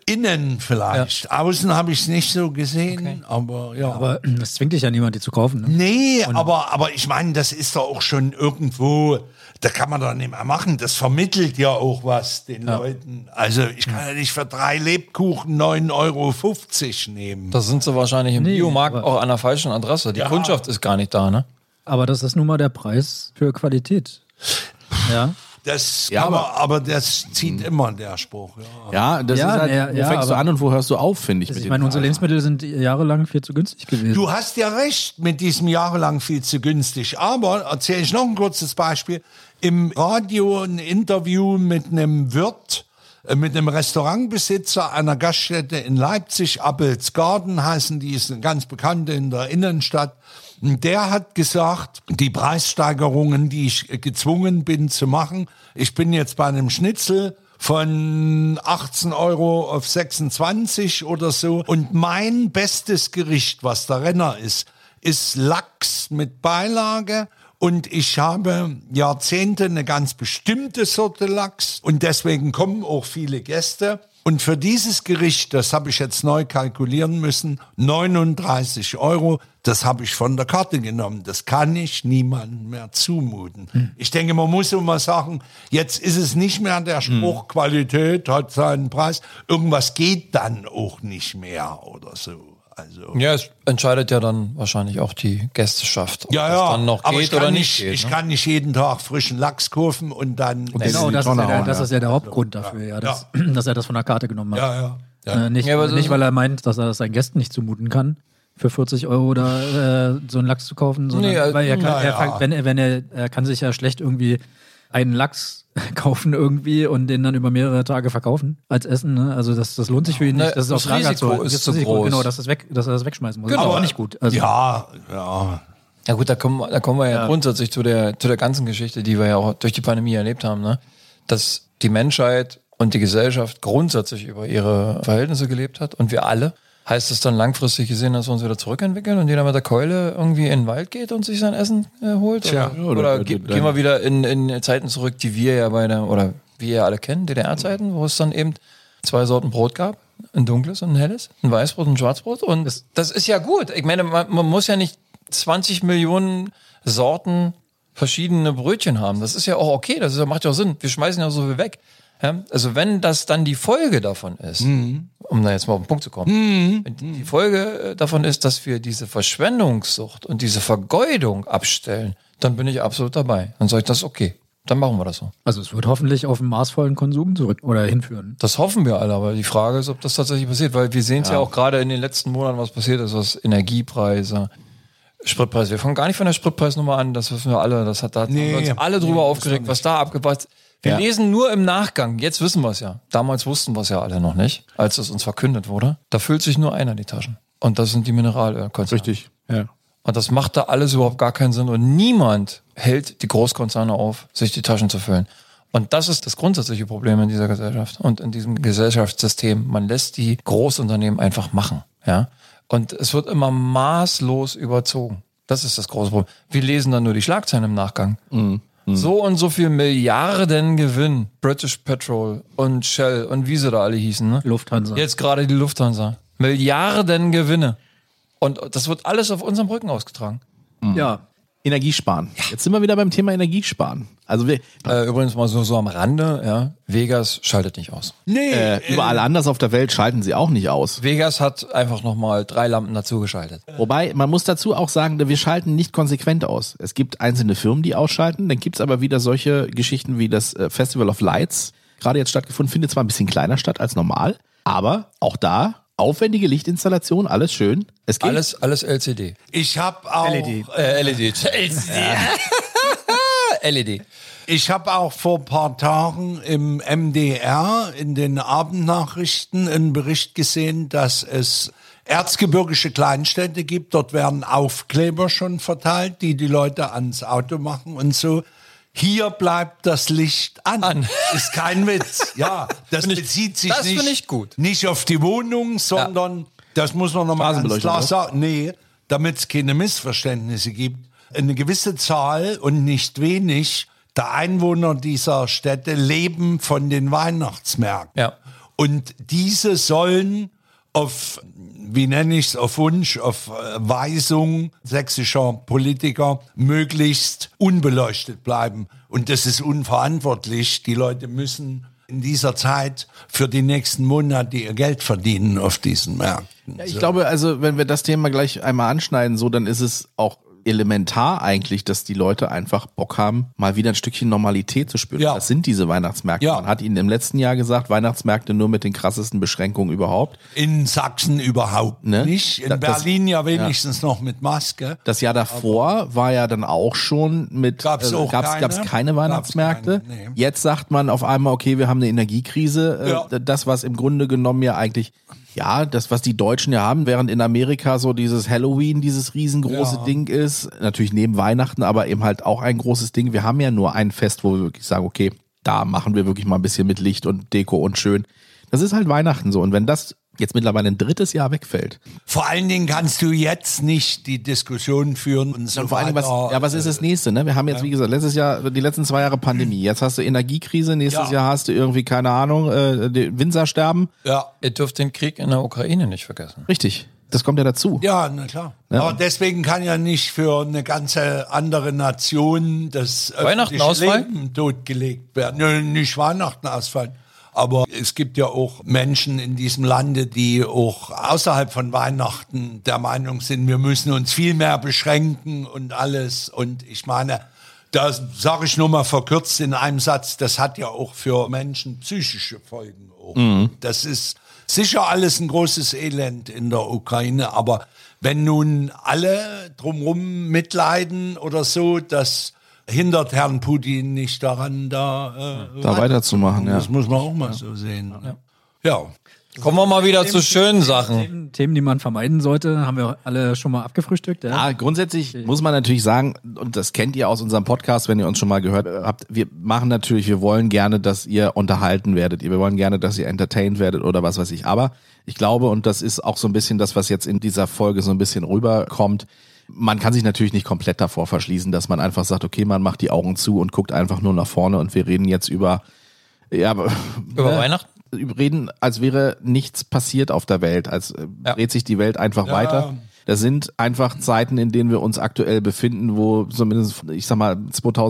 [SPEAKER 2] Innen vielleicht. Außen habe ich es nicht so gesehen, aber ja.
[SPEAKER 4] Aber das zwingt dich ja niemand, die zu kaufen. Ne?
[SPEAKER 2] Nee, aber, aber ich meine, das ist doch auch schon irgendwo, da kann man doch nicht mehr machen. Das vermittelt ja auch was den Leuten. Also ich kann ja nicht für drei Lebkuchen 9,50 Euro nehmen.
[SPEAKER 5] Da sind sie wahrscheinlich im
[SPEAKER 4] Nee,
[SPEAKER 5] Biomarkt
[SPEAKER 4] aber-
[SPEAKER 5] auch an der falschen Adresse. Die Kundschaft ist gar nicht da, ne?
[SPEAKER 4] Aber das ist nun mal der Preis für Qualität. Ja.
[SPEAKER 2] Das
[SPEAKER 3] Ja,
[SPEAKER 2] kann man,
[SPEAKER 3] aber- Mhm.
[SPEAKER 2] aber das zieht immer der Spruch. Ja.
[SPEAKER 3] Ja, das
[SPEAKER 4] Ja,
[SPEAKER 3] ist halt,
[SPEAKER 4] ja,
[SPEAKER 3] wo
[SPEAKER 4] ja,
[SPEAKER 3] fängst du
[SPEAKER 4] aber-
[SPEAKER 3] an und wo hörst du auf, finde ich. mit
[SPEAKER 4] Also Ich
[SPEAKER 3] den
[SPEAKER 4] meine, unsere
[SPEAKER 3] Preisen.
[SPEAKER 4] Lebensmittel sind jahrelang viel zu günstig gewesen.
[SPEAKER 2] Du hast ja recht mit diesem jahrelang viel zu günstig. Aber erzähle ich noch ein kurzes Beispiel. Im Radio ein Interview mit einem Wirt, äh, mit einem Restaurantbesitzer einer Gaststätte in Leipzig, Appelsgarden heißen die, ist eine ganz bekannte in der Innenstadt. Und der hat gesagt, die Preissteigerungen, die ich äh, gezwungen bin zu machen, ich bin jetzt bei einem Schnitzel von 18 Euro auf 26 oder so. Und mein bestes Gericht, was der Renner ist, ist Lachs mit Beilage. Und ich habe Jahrzehnte eine ganz bestimmte Sorte Lachs. Und deswegen kommen auch viele Gäste. Und für dieses Gericht, das habe ich jetzt neu kalkulieren müssen, 39 Euro, das habe ich von der Karte genommen. Das kann ich niemandem mehr zumuten.
[SPEAKER 5] Hm.
[SPEAKER 2] Ich denke, man muss immer sagen, jetzt ist es nicht mehr der
[SPEAKER 5] Hm.
[SPEAKER 2] Spruch, Qualität hat seinen Preis. Irgendwas geht dann auch nicht mehr oder so. Also.
[SPEAKER 5] Ja, es entscheidet ja dann wahrscheinlich auch die Gästeschaft, ob
[SPEAKER 2] Ja,
[SPEAKER 5] das
[SPEAKER 2] ja,
[SPEAKER 5] dann noch
[SPEAKER 2] aber ich
[SPEAKER 5] geht
[SPEAKER 2] kann
[SPEAKER 5] oder nicht. geht,
[SPEAKER 2] ich
[SPEAKER 5] ne?
[SPEAKER 2] kann nicht jeden Tag frischen Lachs kaufen und dann...
[SPEAKER 4] genau,
[SPEAKER 3] die
[SPEAKER 4] das ist,
[SPEAKER 3] Tonne
[SPEAKER 4] ja der,
[SPEAKER 3] hauen,
[SPEAKER 4] das
[SPEAKER 3] ja.
[SPEAKER 4] ist ja der Hauptgrund dafür, ja, dass, <clears throat> dass er das von der Karte genommen hat.
[SPEAKER 2] ja, ja. ja.
[SPEAKER 4] Äh, nicht,
[SPEAKER 5] Ja, aber so-
[SPEAKER 4] nicht, weil er meint, dass er das seinen Gästen nicht zumuten kann, für 40 Euro da äh, so einen Lachs zu kaufen, sondern
[SPEAKER 5] Nee, äh,
[SPEAKER 4] weil er kann,
[SPEAKER 2] na
[SPEAKER 4] er
[SPEAKER 2] ja.
[SPEAKER 4] fängt, wenn er, wenn er, er kann sich ja schlecht irgendwie einen Lachs <laughs> kaufen irgendwie und den dann über mehrere Tage verkaufen als Essen. Ne? Also das, das lohnt sich für ihn
[SPEAKER 5] Ne,
[SPEAKER 4] nicht. Das ist
[SPEAKER 5] das
[SPEAKER 4] auf Lager
[SPEAKER 5] Risiko
[SPEAKER 4] zu,
[SPEAKER 5] ist
[SPEAKER 4] das
[SPEAKER 5] zu
[SPEAKER 4] Risiko,
[SPEAKER 5] groß.
[SPEAKER 4] Genau, dass, das weg, dass er das wegschmeißen muss.
[SPEAKER 5] Genau.
[SPEAKER 4] Aber auch nicht gut. Also,
[SPEAKER 2] ja, ja.
[SPEAKER 5] Ja gut, da kommen, da kommen wir ja, grundsätzlich zu der, zu der ganzen Geschichte, die wir ja auch durch die Pandemie erlebt haben, ne? dass die Menschheit und die Gesellschaft grundsätzlich über ihre Verhältnisse gelebt hat und wir alle. Heißt es dann langfristig gesehen, dass wir uns wieder zurückentwickeln und jeder mit der Keule irgendwie in den Wald geht und sich sein Essen äh, holt?
[SPEAKER 2] Tja,
[SPEAKER 5] oder
[SPEAKER 3] ja,
[SPEAKER 5] oder,
[SPEAKER 3] oder- oder-
[SPEAKER 5] ge
[SPEAKER 3] dann-
[SPEAKER 5] gehen wir wieder in, in Zeiten zurück, die wir ja bei der, oder wir ja alle kennen, DDR-Zeiten, wo es dann eben zwei Sorten Brot gab, ein dunkles und ein helles, ein Weißbrot und ein Schwarzbrot. Und das, das ist ja gut. Ich meine, man, man muss ja nicht 20 Millionen Sorten verschiedene Brötchen haben. Das ist ja auch okay, das ist, macht ja auch Sinn. Wir schmeißen ja so viel weg. Ja? Also wenn das dann die Folge davon ist, um da jetzt mal auf den Punkt zu kommen, wenn die- die Folge äh, davon ist, dass wir diese Verschwendungssucht und diese Vergeudung abstellen, dann bin ich absolut dabei. Dann sage ich, das ist okay. Dann machen wir das so.
[SPEAKER 4] also es wird hoffentlich auf einen maßvollen Konsum zurück oder hinführen.
[SPEAKER 5] Das hoffen wir alle, aber die Frage ist, ob das tatsächlich passiert, weil wir sehen es ja. auch gerade in den letzten Monaten, was passiert ist, was Energiepreise, Spritpreise. Wir fangen gar nicht von der Spritpreisnummer an, das wissen wir alle. Das hat, da haben wir uns alle drüber aufgeregt, was da abgepasst. Wir lesen nur im Nachgang, jetzt wissen wir es ja. Damals wussten wir es ja alle noch nicht, als es uns verkündet wurde. Da füllt sich nur einer die Taschen. Und das sind die Mineralölkonzerne.
[SPEAKER 3] Richtig, ja.
[SPEAKER 5] Und das macht da alles überhaupt gar keinen Sinn. Und niemand hält die Großkonzerne auf, sich die Taschen zu füllen. Und das ist das grundsätzliche Problem in dieser Gesellschaft und in diesem Gesellschaftssystem. Man lässt die Großunternehmen einfach machen. Ja? Und es wird immer maßlos überzogen. Das ist das große Problem. Wir lesen dann nur die Schlagzeilen im Nachgang. So und so viel Milliarden Gewinn. British Petrol und Shell und wie sie da alle hießen. Ne?
[SPEAKER 4] Lufthansa.
[SPEAKER 5] Jetzt gerade die Lufthansa.
[SPEAKER 3] Mhm.
[SPEAKER 5] Milliarden Gewinne. Und das wird alles auf unserem Rücken ausgetragen.
[SPEAKER 4] Ja.
[SPEAKER 3] Energiesparen. Jetzt sind wir wieder beim Thema Energiesparen. Also wir,
[SPEAKER 5] Äh, übrigens mal so, so am Rande, ja. Vegas schaltet nicht aus.
[SPEAKER 2] Nee,
[SPEAKER 3] äh, überall anders auf der Welt schalten sie auch nicht aus.
[SPEAKER 5] Vegas hat einfach nochmal drei Lampen dazu geschaltet.
[SPEAKER 3] Wobei, man muss dazu auch sagen, wir schalten nicht konsequent aus. Es gibt einzelne Firmen, die ausschalten. Dann gibt's aber wieder solche Geschichten wie das äh, Festival of Lights, gerade jetzt stattgefunden, findet zwar ein bisschen kleiner statt als normal, aber auch da aufwendige Lichtinstallation, alles schön. Es geht.
[SPEAKER 5] Alles, alles LCD.
[SPEAKER 2] ich habe auch,
[SPEAKER 5] LED. Äh, <laughs> LED. <laughs> LCD. LED.
[SPEAKER 2] Ich habe auch vor ein paar Tagen im MDR in den Abendnachrichten einen Bericht gesehen, dass es erzgebirgische Kleinstädte gibt. Dort werden Aufkleber schon verteilt, die die Leute ans Auto machen und so. Hier bleibt das Licht an.
[SPEAKER 5] An.
[SPEAKER 2] Ist kein Witz.
[SPEAKER 5] <laughs>
[SPEAKER 2] Ja, das
[SPEAKER 5] Find ich-
[SPEAKER 2] bezieht sich
[SPEAKER 5] das
[SPEAKER 2] nicht,
[SPEAKER 5] find ich gut.
[SPEAKER 2] nicht auf die Wohnung, sondern das muss man nochmal ganz
[SPEAKER 3] Straßenbeleuchtung,
[SPEAKER 2] klar
[SPEAKER 3] oder?
[SPEAKER 2] sagen. Nee, damit es keine Missverständnisse gibt. Eine gewisse Zahl und nicht wenig der Einwohner dieser Städte leben von den Weihnachtsmärkten.
[SPEAKER 5] Ja.
[SPEAKER 2] Und diese sollen auf, wie nenne ich es, auf Wunsch, auf äh, Weisung sächsischer Politiker möglichst unbeleuchtet bleiben. Und das ist unverantwortlich. Die Leute müssen in dieser Zeit für die nächsten Monate ihr Geld verdienen auf diesen Märkten.
[SPEAKER 3] Ja, ich glaube, also wenn wir das Thema gleich einmal anschneiden, so dann ist es auch elementar eigentlich, dass die Leute einfach Bock haben, mal wieder ein Stückchen Normalität zu spüren.
[SPEAKER 2] Ja.
[SPEAKER 3] Das sind diese Weihnachtsmärkte.
[SPEAKER 2] Ja.
[SPEAKER 3] Man hat ihnen im letzten Jahr gesagt, Weihnachtsmärkte nur mit den krassesten Beschränkungen überhaupt.
[SPEAKER 2] In Sachsen überhaupt
[SPEAKER 3] Ne?
[SPEAKER 2] nicht. In
[SPEAKER 3] Da- das-
[SPEAKER 2] Berlin ja wenigstens noch mit Maske.
[SPEAKER 3] Das Jahr davor war ja dann auch schon mit äh,
[SPEAKER 2] Gab's auch
[SPEAKER 3] gab's,
[SPEAKER 2] keine?
[SPEAKER 3] gab's keine
[SPEAKER 2] Gab's
[SPEAKER 3] Weihnachtsmärkte.
[SPEAKER 2] keine, nee.
[SPEAKER 3] Jetzt sagt man auf einmal, okay, wir haben eine Energiekrise. Äh,
[SPEAKER 2] Ja.
[SPEAKER 3] d- Das, was im Grunde genommen ja eigentlich, ja, das, was die Deutschen ja haben, während in Amerika so dieses Halloween, dieses riesengroße
[SPEAKER 2] Ja.
[SPEAKER 3] Ding ist, natürlich neben Weihnachten, aber eben halt auch ein großes Ding. Wir haben ja nur ein Fest, wo wir wirklich sagen, okay, da machen wir wirklich mal ein bisschen mit Licht und Deko und schön. Das ist halt Weihnachten so. Und wenn das jetzt mittlerweile ein drittes Jahr wegfällt,
[SPEAKER 2] Vor allen Dingen kannst du jetzt nicht die Diskussion führen und so
[SPEAKER 3] Und vor allem, was,
[SPEAKER 2] weiter.
[SPEAKER 3] ja, was ist das nächste? Ne? Wir haben jetzt, wie gesagt, letztes Jahr, die letzten zwei Jahre Pandemie. Jetzt hast du Energiekrise, nächstes
[SPEAKER 2] Ja.
[SPEAKER 3] Jahr hast du irgendwie, keine Ahnung, äh, die Winzersterben.
[SPEAKER 2] Ja,
[SPEAKER 5] Ihr dürft den Krieg in der Ukraine nicht vergessen.
[SPEAKER 3] Richtig. Das kommt ja dazu.
[SPEAKER 2] ja, na klar. Aber deswegen kann ja nicht für eine ganze andere Nation das
[SPEAKER 5] Weihnachten
[SPEAKER 2] öffentliche
[SPEAKER 5] ausfallen?
[SPEAKER 2] Leben totgelegt werden. Nö, nicht Weihnachten ausfallen. Aber es gibt ja auch Menschen in diesem Lande, die auch außerhalb von Weihnachten der Meinung sind, wir müssen uns viel mehr beschränken und alles. Und ich meine, da sage ich nur mal verkürzt in einem Satz, das hat ja auch für Menschen psychische Folgen. Auch.
[SPEAKER 5] Mhm.
[SPEAKER 2] Das ist sicher alles ein großes Elend in der Ukraine, aber wenn nun alle drumherum mitleiden oder so, das hindert Herrn Putin nicht daran, da, äh,
[SPEAKER 3] Da weiterzumachen, ja.
[SPEAKER 2] Das muss man auch mal so sehen. ne? Ja.
[SPEAKER 5] Kommen wir mal wieder zu schönen Sachen.
[SPEAKER 4] Themen, Themen, die man vermeiden sollte, haben wir alle schon mal abgefrühstückt. Ja?
[SPEAKER 3] Ja, grundsätzlich muss man natürlich sagen, und das kennt ihr aus unserem Podcast, wenn ihr uns schon mal gehört äh, habt, wir machen natürlich, wir wollen gerne, dass ihr unterhalten werdet. Wir wollen gerne, dass ihr entertained werdet oder was weiß ich. Aber ich glaube, und das ist auch so ein bisschen das, was jetzt in dieser Folge so ein bisschen rüberkommt, man kann sich natürlich nicht komplett davor verschließen, dass man einfach sagt, okay, man macht die Augen zu und guckt einfach nur nach vorne und wir reden jetzt über, ja, aber-
[SPEAKER 5] <laughs>
[SPEAKER 3] ne?
[SPEAKER 5] Über Weihnachten?
[SPEAKER 3] reden, als wäre nichts passiert auf der Welt, als äh,
[SPEAKER 5] Ja.
[SPEAKER 3] dreht sich die Welt einfach weiter. Das sind einfach Zeiten, in denen wir uns aktuell befinden, wo zumindest, ich sag mal,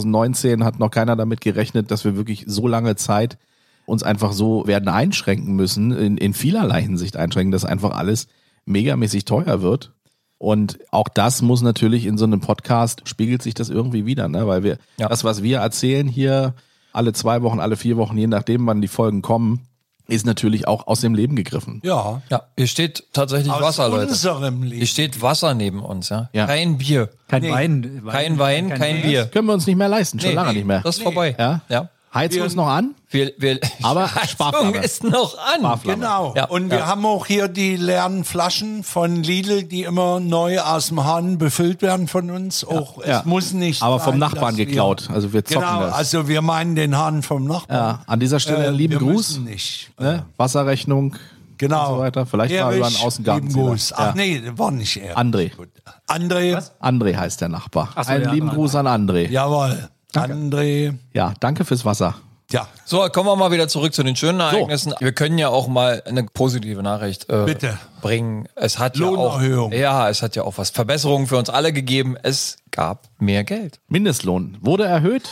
[SPEAKER 3] 2019 hat noch keiner damit gerechnet, dass wir wirklich so lange Zeit uns einfach so werden einschränken müssen, in, in vielerlei Hinsicht einschränken, dass einfach alles megamäßig teuer wird. Und auch das muss natürlich in so einem Podcast spiegelt sich das irgendwie wieder, ne? Weil wir
[SPEAKER 5] Ja.
[SPEAKER 3] das, was wir erzählen hier alle zwei Wochen, alle vier Wochen, je nachdem, wann die Folgen kommen, ist natürlich auch aus dem Leben gegriffen.
[SPEAKER 2] Ja.
[SPEAKER 5] Ja, hier steht tatsächlich
[SPEAKER 2] Aus
[SPEAKER 5] Wasser, Leute.
[SPEAKER 2] unserem
[SPEAKER 5] Hier
[SPEAKER 2] Leben.
[SPEAKER 5] steht Wasser neben uns, ja.
[SPEAKER 3] Ja.
[SPEAKER 5] Kein Bier.
[SPEAKER 4] kein Wein,
[SPEAKER 5] Kein Wein, kein, Bier.
[SPEAKER 3] Können wir uns nicht mehr leisten, schon lange nicht mehr.
[SPEAKER 5] Das ist vorbei.
[SPEAKER 3] ja?
[SPEAKER 5] ja.
[SPEAKER 3] Heizung ist noch an,
[SPEAKER 5] Wir, wir, <laughs>
[SPEAKER 3] Aber
[SPEAKER 5] Die Heizung
[SPEAKER 3] Sparflamme.
[SPEAKER 5] ist noch an.
[SPEAKER 3] Sparflamme.
[SPEAKER 2] Genau.
[SPEAKER 5] Ja,
[SPEAKER 2] und wir
[SPEAKER 5] ja.
[SPEAKER 2] haben auch hier die leeren Flaschen von Lidl, die immer neu aus dem Hahn befüllt werden von uns. Auch
[SPEAKER 3] Ja.
[SPEAKER 2] es muss nicht.
[SPEAKER 3] aber vom
[SPEAKER 2] sein,
[SPEAKER 3] Nachbarn
[SPEAKER 2] dass wir-
[SPEAKER 3] geklaut. Also wir zocken
[SPEAKER 2] Genau,
[SPEAKER 3] das.
[SPEAKER 2] also wir meinen den Hahn vom Nachbarn. Äh,
[SPEAKER 3] ja, an dieser Stelle einen lieben
[SPEAKER 2] wir
[SPEAKER 3] Gruß.
[SPEAKER 2] müssen nicht.
[SPEAKER 3] Ne? Wasserrechnung
[SPEAKER 2] Genau.
[SPEAKER 3] und so weiter. Vielleicht mal über einen
[SPEAKER 2] Erich,
[SPEAKER 3] Außengarten.
[SPEAKER 2] Lieben Gruß. Ach
[SPEAKER 3] Ja.
[SPEAKER 2] nee, das war nicht er.
[SPEAKER 3] André.
[SPEAKER 2] Gut. André,
[SPEAKER 3] André heißt der Nachbar.
[SPEAKER 4] so,
[SPEAKER 3] einen
[SPEAKER 4] ja,
[SPEAKER 3] lieben
[SPEAKER 4] André.
[SPEAKER 3] Gruß an André.
[SPEAKER 2] jawohl. André.
[SPEAKER 3] Ja, danke fürs Wasser.
[SPEAKER 2] Ja,
[SPEAKER 5] So, kommen wir mal wieder zurück zu den schönen Ereignissen. Wir können ja auch mal eine positive Nachricht äh,
[SPEAKER 2] Bitte.
[SPEAKER 5] bringen. Es hat
[SPEAKER 2] Lohnerhöhung.
[SPEAKER 5] ja auch ja, es hat ja auch was Verbesserungen für uns alle gegegeben. Es gab mehr Geld.
[SPEAKER 3] Mindestlohn wurde erhöht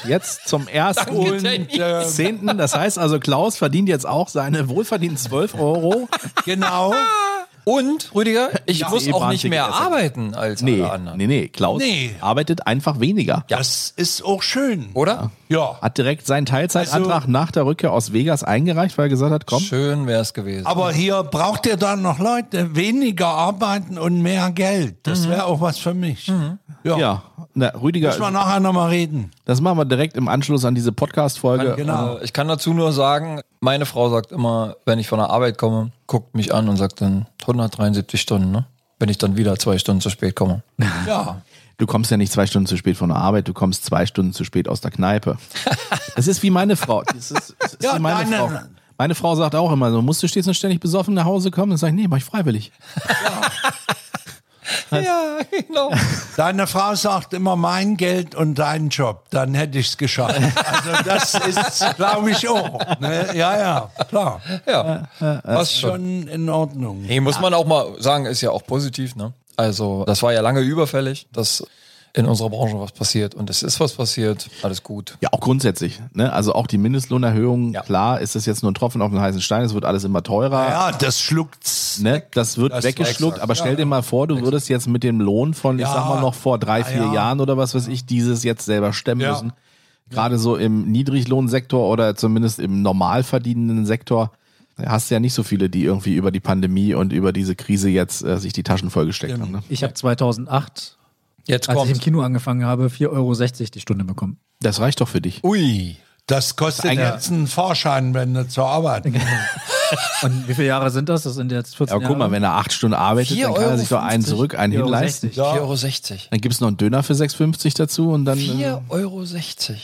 [SPEAKER 2] <laughs>
[SPEAKER 3] jetzt zum
[SPEAKER 5] Danke,
[SPEAKER 3] ersten
[SPEAKER 5] Danny.
[SPEAKER 3] Zehnten. Das heißt also, Klaus verdient jetzt auch seine wohlverdienten 12 Euro.
[SPEAKER 2] <laughs> genau.
[SPEAKER 5] Und Rüdiger, ich muss
[SPEAKER 3] die
[SPEAKER 5] auch nicht
[SPEAKER 3] E-Bahn-Ticket
[SPEAKER 5] mehr
[SPEAKER 3] ersetzt.
[SPEAKER 5] arbeiten als
[SPEAKER 3] Nee,
[SPEAKER 5] alle anderen,
[SPEAKER 3] nee, nee. Klaus
[SPEAKER 2] Nee.
[SPEAKER 3] arbeitet einfach weniger.
[SPEAKER 2] Das ist auch schön.
[SPEAKER 5] oder?
[SPEAKER 2] Ja.
[SPEAKER 3] Hat direkt seinen Teilzeitantrag
[SPEAKER 2] Also-
[SPEAKER 3] nach der Rückkehr aus Vegas eingereicht, weil er gesagt hat, komm,
[SPEAKER 5] Schön wäre es gewesen.
[SPEAKER 2] Aber hier braucht ihr dann noch Leute, weniger arbeiten und mehr Geld. Das wäre auch was für mich. Ja.
[SPEAKER 3] ja, na, Rüdiger,
[SPEAKER 2] Müssen wir nachher nochmal reden.
[SPEAKER 3] das machen wir direkt im Anschluss an diese Podcast-Folge.
[SPEAKER 2] Genau.
[SPEAKER 5] Äh, Ich kann dazu nur sagen, meine Frau sagt immer, wenn ich von der Arbeit komme, guckt mich an und sagt dann 173 Stunden, ne? Wenn ich dann wieder zwei Stunden zu spät komme.
[SPEAKER 2] Ja.
[SPEAKER 3] Du kommst ja nicht zwei Stunden zu spät von der Arbeit, du kommst zwei Stunden zu spät aus
[SPEAKER 2] <laughs>
[SPEAKER 3] der Kneipe. Das ist wie meine Frau. Das ist, das ist
[SPEAKER 2] Ja,
[SPEAKER 3] wie meine
[SPEAKER 2] deine-
[SPEAKER 3] Frau. Meine Frau sagt auch immer so, musst du stets und ständig besoffen nach Hause kommen? Dann sage ich, nee, mach ich freiwillig.
[SPEAKER 5] Ja, genau.
[SPEAKER 2] Deine Frau sagt immer mein Geld und dein Job, dann hätte ich es geschafft. Also das ist, glaube ich, auch. Ne? Ja, ja, klar.
[SPEAKER 5] Ja, was schon.
[SPEAKER 2] Schon in Ordnung.
[SPEAKER 5] Nee, muss man auch mal sagen, ist ja auch positiv, ne? Also, das war ja lange überfällig, dass in unserer Branche was passiert und es ist was passiert, alles gut.
[SPEAKER 3] Ja, auch grundsätzlich. Ne? Also auch die Mindestlohnerhöhung,
[SPEAKER 5] Ja.
[SPEAKER 3] klar, ist das jetzt nur ein Tropfen auf den heißen Stein, es wird alles immer teurer.
[SPEAKER 2] Ja, das schluckt's.
[SPEAKER 3] Ne? Das wird
[SPEAKER 2] Das
[SPEAKER 3] weggeschluckt,
[SPEAKER 2] exakt.
[SPEAKER 3] aber stell dir mal vor, du würdest jetzt mit dem Lohn von, ich
[SPEAKER 2] Ja. Ah,
[SPEAKER 3] sag mal noch vor drei, vier
[SPEAKER 2] ja.
[SPEAKER 3] Jahren oder was weiß ich, dieses jetzt selber stemmen
[SPEAKER 2] Ja.
[SPEAKER 3] müssen. Gerade so im Niedriglohnsektor oder zumindest im normal verdienenden Sektor hast du ja nicht so viele, die irgendwie über die Pandemie und über diese Krise jetzt äh, sich die Taschen vollgesteckt haben. Ne?
[SPEAKER 4] Ich habe 2008,
[SPEAKER 5] Jetzt
[SPEAKER 4] als ich im
[SPEAKER 5] kommt.
[SPEAKER 4] Kino angefangen habe, 4,60 Euro die Stunde bekommen.
[SPEAKER 3] Das reicht doch für dich.
[SPEAKER 5] Ui.
[SPEAKER 2] Das kostet
[SPEAKER 3] Eigentlich-
[SPEAKER 2] jetzt einen Vorschein, wenn du zur Arbeit gehst.
[SPEAKER 4] Und wie viele Jahre sind das? Das sind jetzt 14
[SPEAKER 3] Ja,
[SPEAKER 4] Jahre.
[SPEAKER 3] guck mal, wenn er acht Stunden arbeitet, dann kann er sich doch einen
[SPEAKER 5] 4,50
[SPEAKER 3] zurück, einen hinleisten.
[SPEAKER 4] 4,60 Euro.
[SPEAKER 5] 4,60 Euro.
[SPEAKER 3] Dann gibt's noch einen Döner für 6,50 dazu und dann. äh,
[SPEAKER 5] 4,60 Euro.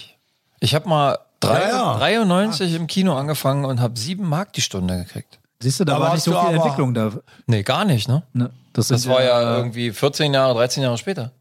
[SPEAKER 5] Ich habe mal drei,
[SPEAKER 2] Ja, ja.
[SPEAKER 5] 93 im Kino angefangen und habe sieben Mark die Stunde gekriegt.
[SPEAKER 4] Siehst du, da,
[SPEAKER 2] Da
[SPEAKER 4] war nicht
[SPEAKER 2] warst
[SPEAKER 4] so
[SPEAKER 2] du
[SPEAKER 4] viel
[SPEAKER 2] aber-
[SPEAKER 4] Entwicklung da.
[SPEAKER 5] Nee, gar nicht, ne?
[SPEAKER 4] Ne?
[SPEAKER 5] Das
[SPEAKER 4] sind
[SPEAKER 5] war ja irgendwie 14 Jahre, 13 Jahre später.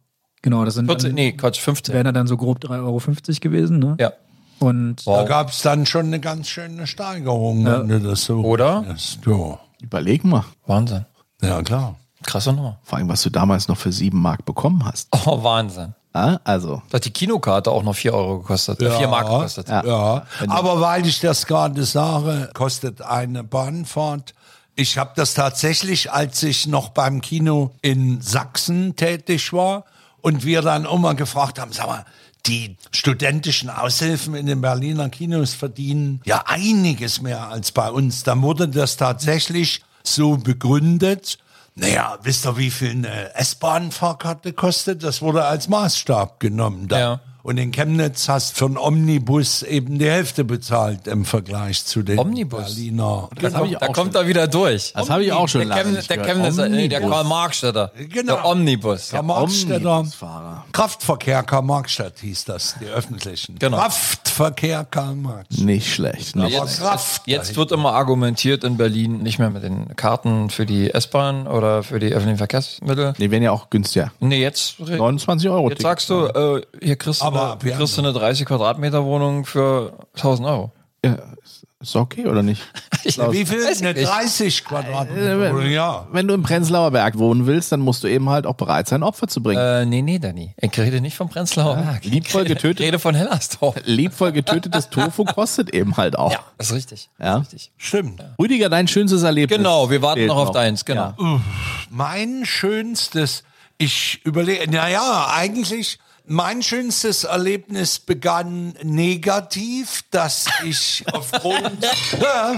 [SPEAKER 4] Genau, das sind
[SPEAKER 5] 14,
[SPEAKER 4] dann,
[SPEAKER 5] nee, Quatsch, 15.
[SPEAKER 4] wären ja dann so grob 3,50 Euro gewesen. Ne?
[SPEAKER 5] Ja.
[SPEAKER 4] Und
[SPEAKER 2] Da gab es dann schon eine ganz schöne Steigerung, wenn du das so.
[SPEAKER 5] Oder?
[SPEAKER 2] rechnest. Ja.
[SPEAKER 3] Überleg mal.
[SPEAKER 5] Wahnsinn.
[SPEAKER 2] ja, klar.
[SPEAKER 5] Krasse Nummer. <laughs>
[SPEAKER 3] Vor allem, was du damals noch für sieben Mark bekommen hast.
[SPEAKER 5] Oh, Wahnsinn.
[SPEAKER 3] Ah, also,
[SPEAKER 5] Da hat die Kinokarte auch noch 4 Euro gekostet. Ja. 4 Mark gekostet.
[SPEAKER 2] Ja. Aber weil ich das gerade sage, kostet eine Bahnfahrt. Ich habe das tatsächlich, als ich noch beim Kino in Sachsen tätig war und wir dann immer gefragt haben, sag mal, die studentischen Aushilfen in den Berliner Kinos verdienen ja einiges mehr als bei uns. Dann wurde das tatsächlich so begründet. Naja, wisst ihr, wie viel eine S-Bahn-Fahrkarte kostet? Das wurde als Maßstab genommen. Dann.
[SPEAKER 5] Ja.
[SPEAKER 2] Und in Chemnitz hast für einen Omnibus eben die Hälfte bezahlt im Vergleich zu den
[SPEAKER 5] Omnibus?
[SPEAKER 2] Berliner.
[SPEAKER 3] das habe ich
[SPEAKER 5] Da
[SPEAKER 3] auch schon.
[SPEAKER 5] kommt er wieder durch.
[SPEAKER 3] Das habe ich auch schon
[SPEAKER 5] Der,
[SPEAKER 3] lange
[SPEAKER 5] Chemn
[SPEAKER 3] nicht
[SPEAKER 5] der
[SPEAKER 3] gehört.
[SPEAKER 5] Chemnitzer, nee, der
[SPEAKER 3] Omnibus.
[SPEAKER 5] Karl-Marx-Städter.
[SPEAKER 2] Genau.
[SPEAKER 5] Der Omnibus.
[SPEAKER 2] Karl Marxstädter.
[SPEAKER 3] Omnibusfahrer.
[SPEAKER 2] Kraftverkehr Karl Marxstadt hieß das, die öffentlichen.
[SPEAKER 5] Genau.
[SPEAKER 2] Kraftverkehr Karl Marx.
[SPEAKER 3] Nicht schlecht. Nicht
[SPEAKER 2] Aber
[SPEAKER 3] schlecht.
[SPEAKER 2] Kraft.
[SPEAKER 5] Jetzt wird immer argumentiert in Berlin nicht mehr mit den Karten für die S-Bahn oder für die öffentlichen Verkehrsmittel.
[SPEAKER 3] Die werden ja auch günstiger.
[SPEAKER 5] Nee, jetzt, re-
[SPEAKER 3] 29 Euro.
[SPEAKER 5] jetzt sagst du, äh, hier kriegst du,
[SPEAKER 2] Aber
[SPEAKER 5] eine,
[SPEAKER 2] wir haben-
[SPEAKER 5] kriegst du eine 30 Quadratmeter Wohnung für 1000 Euro.
[SPEAKER 3] Ja, ist- ist okay oder nicht?
[SPEAKER 2] Wie viel?
[SPEAKER 5] Weiß ich Äh,
[SPEAKER 2] Eine
[SPEAKER 5] nicht.
[SPEAKER 2] 30 Quadratmeter. Wohnung, ja.
[SPEAKER 3] <laughs> Wenn du im Prenzlauer Berg wohnen willst, dann musst du eben halt auch bereit sein, Opfer zu bringen.
[SPEAKER 5] Äh, nee, nee, Danny. Ich rede nicht vom Prenzlauer Berg.
[SPEAKER 3] liebvoll <laughs>
[SPEAKER 5] Ich rede-
[SPEAKER 3] getötet.
[SPEAKER 5] rede von Hellersdorf.
[SPEAKER 3] Liebvoll getötetes Tofu kostet eben halt auch.
[SPEAKER 5] Ja, das ist richtig.
[SPEAKER 3] Ja.
[SPEAKER 5] Das ist richtig.
[SPEAKER 2] Stimmt.
[SPEAKER 3] Rüdiger, dein schönstes Erlebnis.
[SPEAKER 5] Genau, wir warten
[SPEAKER 3] fehlt
[SPEAKER 5] noch auf deins, genau.
[SPEAKER 3] Ja.
[SPEAKER 2] Mein schönstes, ich überlege, naja, eigentlich, mein schönstes Erlebnis begann negativ, dass ich aufgrund,
[SPEAKER 5] <laughs>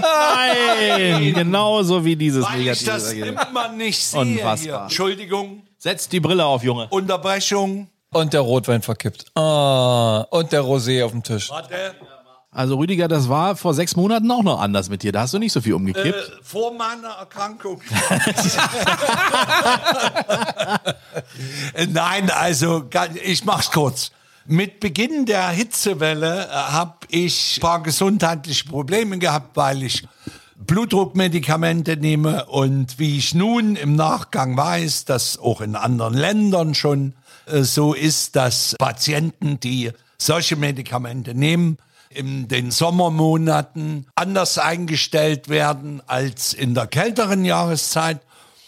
[SPEAKER 3] <laughs> Nein, genauso wie dieses
[SPEAKER 2] weil ich
[SPEAKER 3] negative
[SPEAKER 2] das
[SPEAKER 3] Ergebnis.
[SPEAKER 2] immer nicht sehe hier.
[SPEAKER 3] Unfassbar.
[SPEAKER 2] Entschuldigung,
[SPEAKER 3] Setz die Brille auf, Junge.
[SPEAKER 2] Unterbrechung.
[SPEAKER 5] Und der Rotwein verkippt. Ah, und der Rosé auf dem Tisch.
[SPEAKER 2] Warte,
[SPEAKER 3] Also Rüdiger, das war vor sechs Monaten auch noch anders mit dir. Da hast du nicht so viel umgekippt.
[SPEAKER 2] Äh, vor meiner Erkrankung. Äh, Nein, also ga- ich mach's kurz. Mit Beginn der Hitzewelle habe ich ein paar gesundheitliche Probleme gehabt, weil ich Blutdruckmedikamente nehme und wie ich nun im Nachgang weiß, dass auch in anderen Ländern schon äh, so ist, dass Patienten, die solche Medikamente nehmen, in den Sommermonaten anders eingestellt werden als in der kälteren Jahreszeit.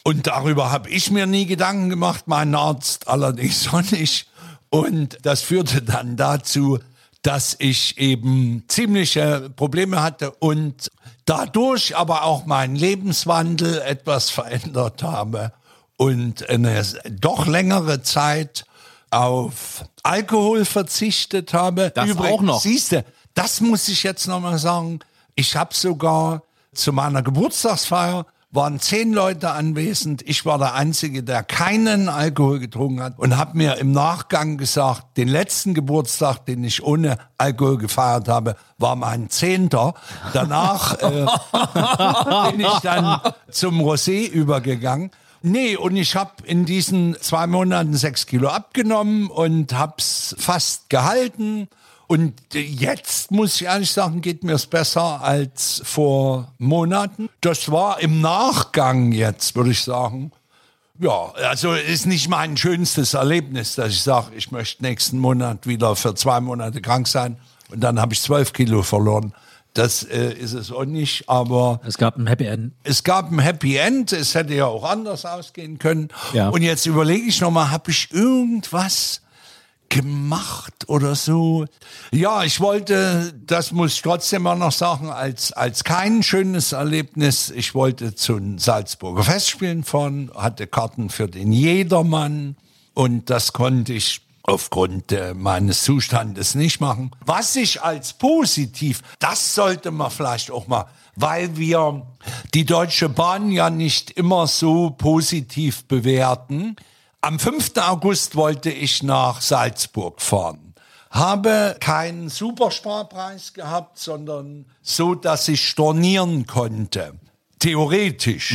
[SPEAKER 2] Und darüber habe ich mir nie Gedanken gemacht, mein Arzt allerdings <laughs> auch nicht. Und das führte dann dazu, dass ich eben ziemliche Probleme hatte und dadurch aber auch meinen Lebenswandel etwas verändert habe und eine doch längere Zeit auf Alkohol verzichtet habe.
[SPEAKER 3] Das auch noch.
[SPEAKER 2] Siehst du, das muss ich jetzt nochmal sagen. Ich habe sogar zu meiner Geburtstagsfeier waren zehn Leute anwesend. Ich war der Einzige, der keinen Alkohol getrunken hat und habe mir im Nachgang gesagt, den letzten Geburtstag, den ich ohne Alkohol gefeiert habe, war mein zehnter. Danach äh, <laughs> bin ich dann zum Rosé übergegangen. Nee, und ich habe in diesen zwei Monaten sechs Kilo abgenommen und hab's fast gehalten. Und jetzt muss ich ehrlich sagen, geht mir es besser als vor Monaten. Das war im Nachgang jetzt, würde ich sagen. Ja, also ist nicht mein schönstes Erlebnis, dass ich sage, ich möchte nächsten Monat wieder für zwei Monate krank sein und dann habe ich zwölf Kilo verloren. Das äh, ist es auch nicht, aber
[SPEAKER 4] Es gab ein Happy End.
[SPEAKER 2] es gab ein Happy End, es hätte ja auch anders ausgehen können.
[SPEAKER 4] Ja.
[SPEAKER 2] Und jetzt überlege ich nochmal, habe ich irgendwas gemacht oder so? Ja, ich wollte, das muss ich trotzdem auch noch sagen, als, als kein schönes Erlebnis, ich wollte zu den Salzburger Festspielen fahren, hatte Karten für den Jedermann und das konnte ich aufgrund äh, meines Zustandes nicht machen. Was ich als positiv, das sollte man vielleicht auch mal, weil wir die Deutsche Bahn ja nicht immer so positiv bewerten. Am 5. August wollte ich nach Salzburg fahren. Habe keinen Supersparpreis gehabt, sondern so, dass ich stornieren konnte. Theoretisch.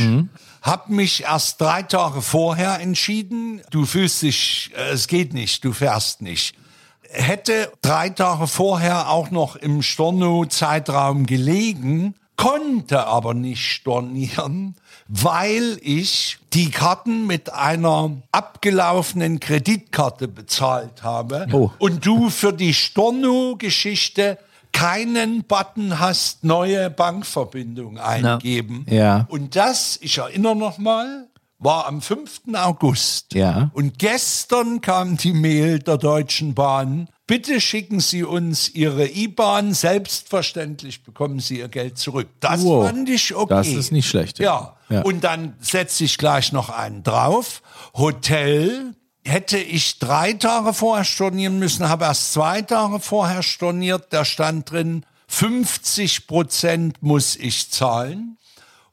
[SPEAKER 2] Hab mich erst drei Tage vorher entschieden, du fühlst dich, äh, es geht nicht, du fährst nicht. Hätte drei Tage vorher auch noch im Storno-Zeitraum gelegen, konnte aber nicht stornieren, weil ich die Karten mit einer abgelaufenen Kreditkarte bezahlt habe
[SPEAKER 3] Oh.
[SPEAKER 2] und du für die Storno-Geschichte keinen Button hast, neue Bankverbindung eingeben.
[SPEAKER 3] Ja.
[SPEAKER 2] Und das, ich erinnere noch mal, war am 5. August.
[SPEAKER 3] Ja.
[SPEAKER 2] Und gestern kam die Mail der Deutschen Bahn. Bitte schicken Sie uns Ihre IBAN. Selbstverständlich bekommen Sie Ihr Geld zurück. Das
[SPEAKER 3] Wow.
[SPEAKER 2] fand ich okay.
[SPEAKER 3] Das ist nicht schlecht.
[SPEAKER 2] Ja.
[SPEAKER 3] Ja.
[SPEAKER 2] Und dann setze ich gleich noch einen drauf. Hotel hätte ich drei Tage vorher stornieren müssen, habe erst zwei Tage vorher storniert. Da stand drin, 50 Prozent muss ich zahlen.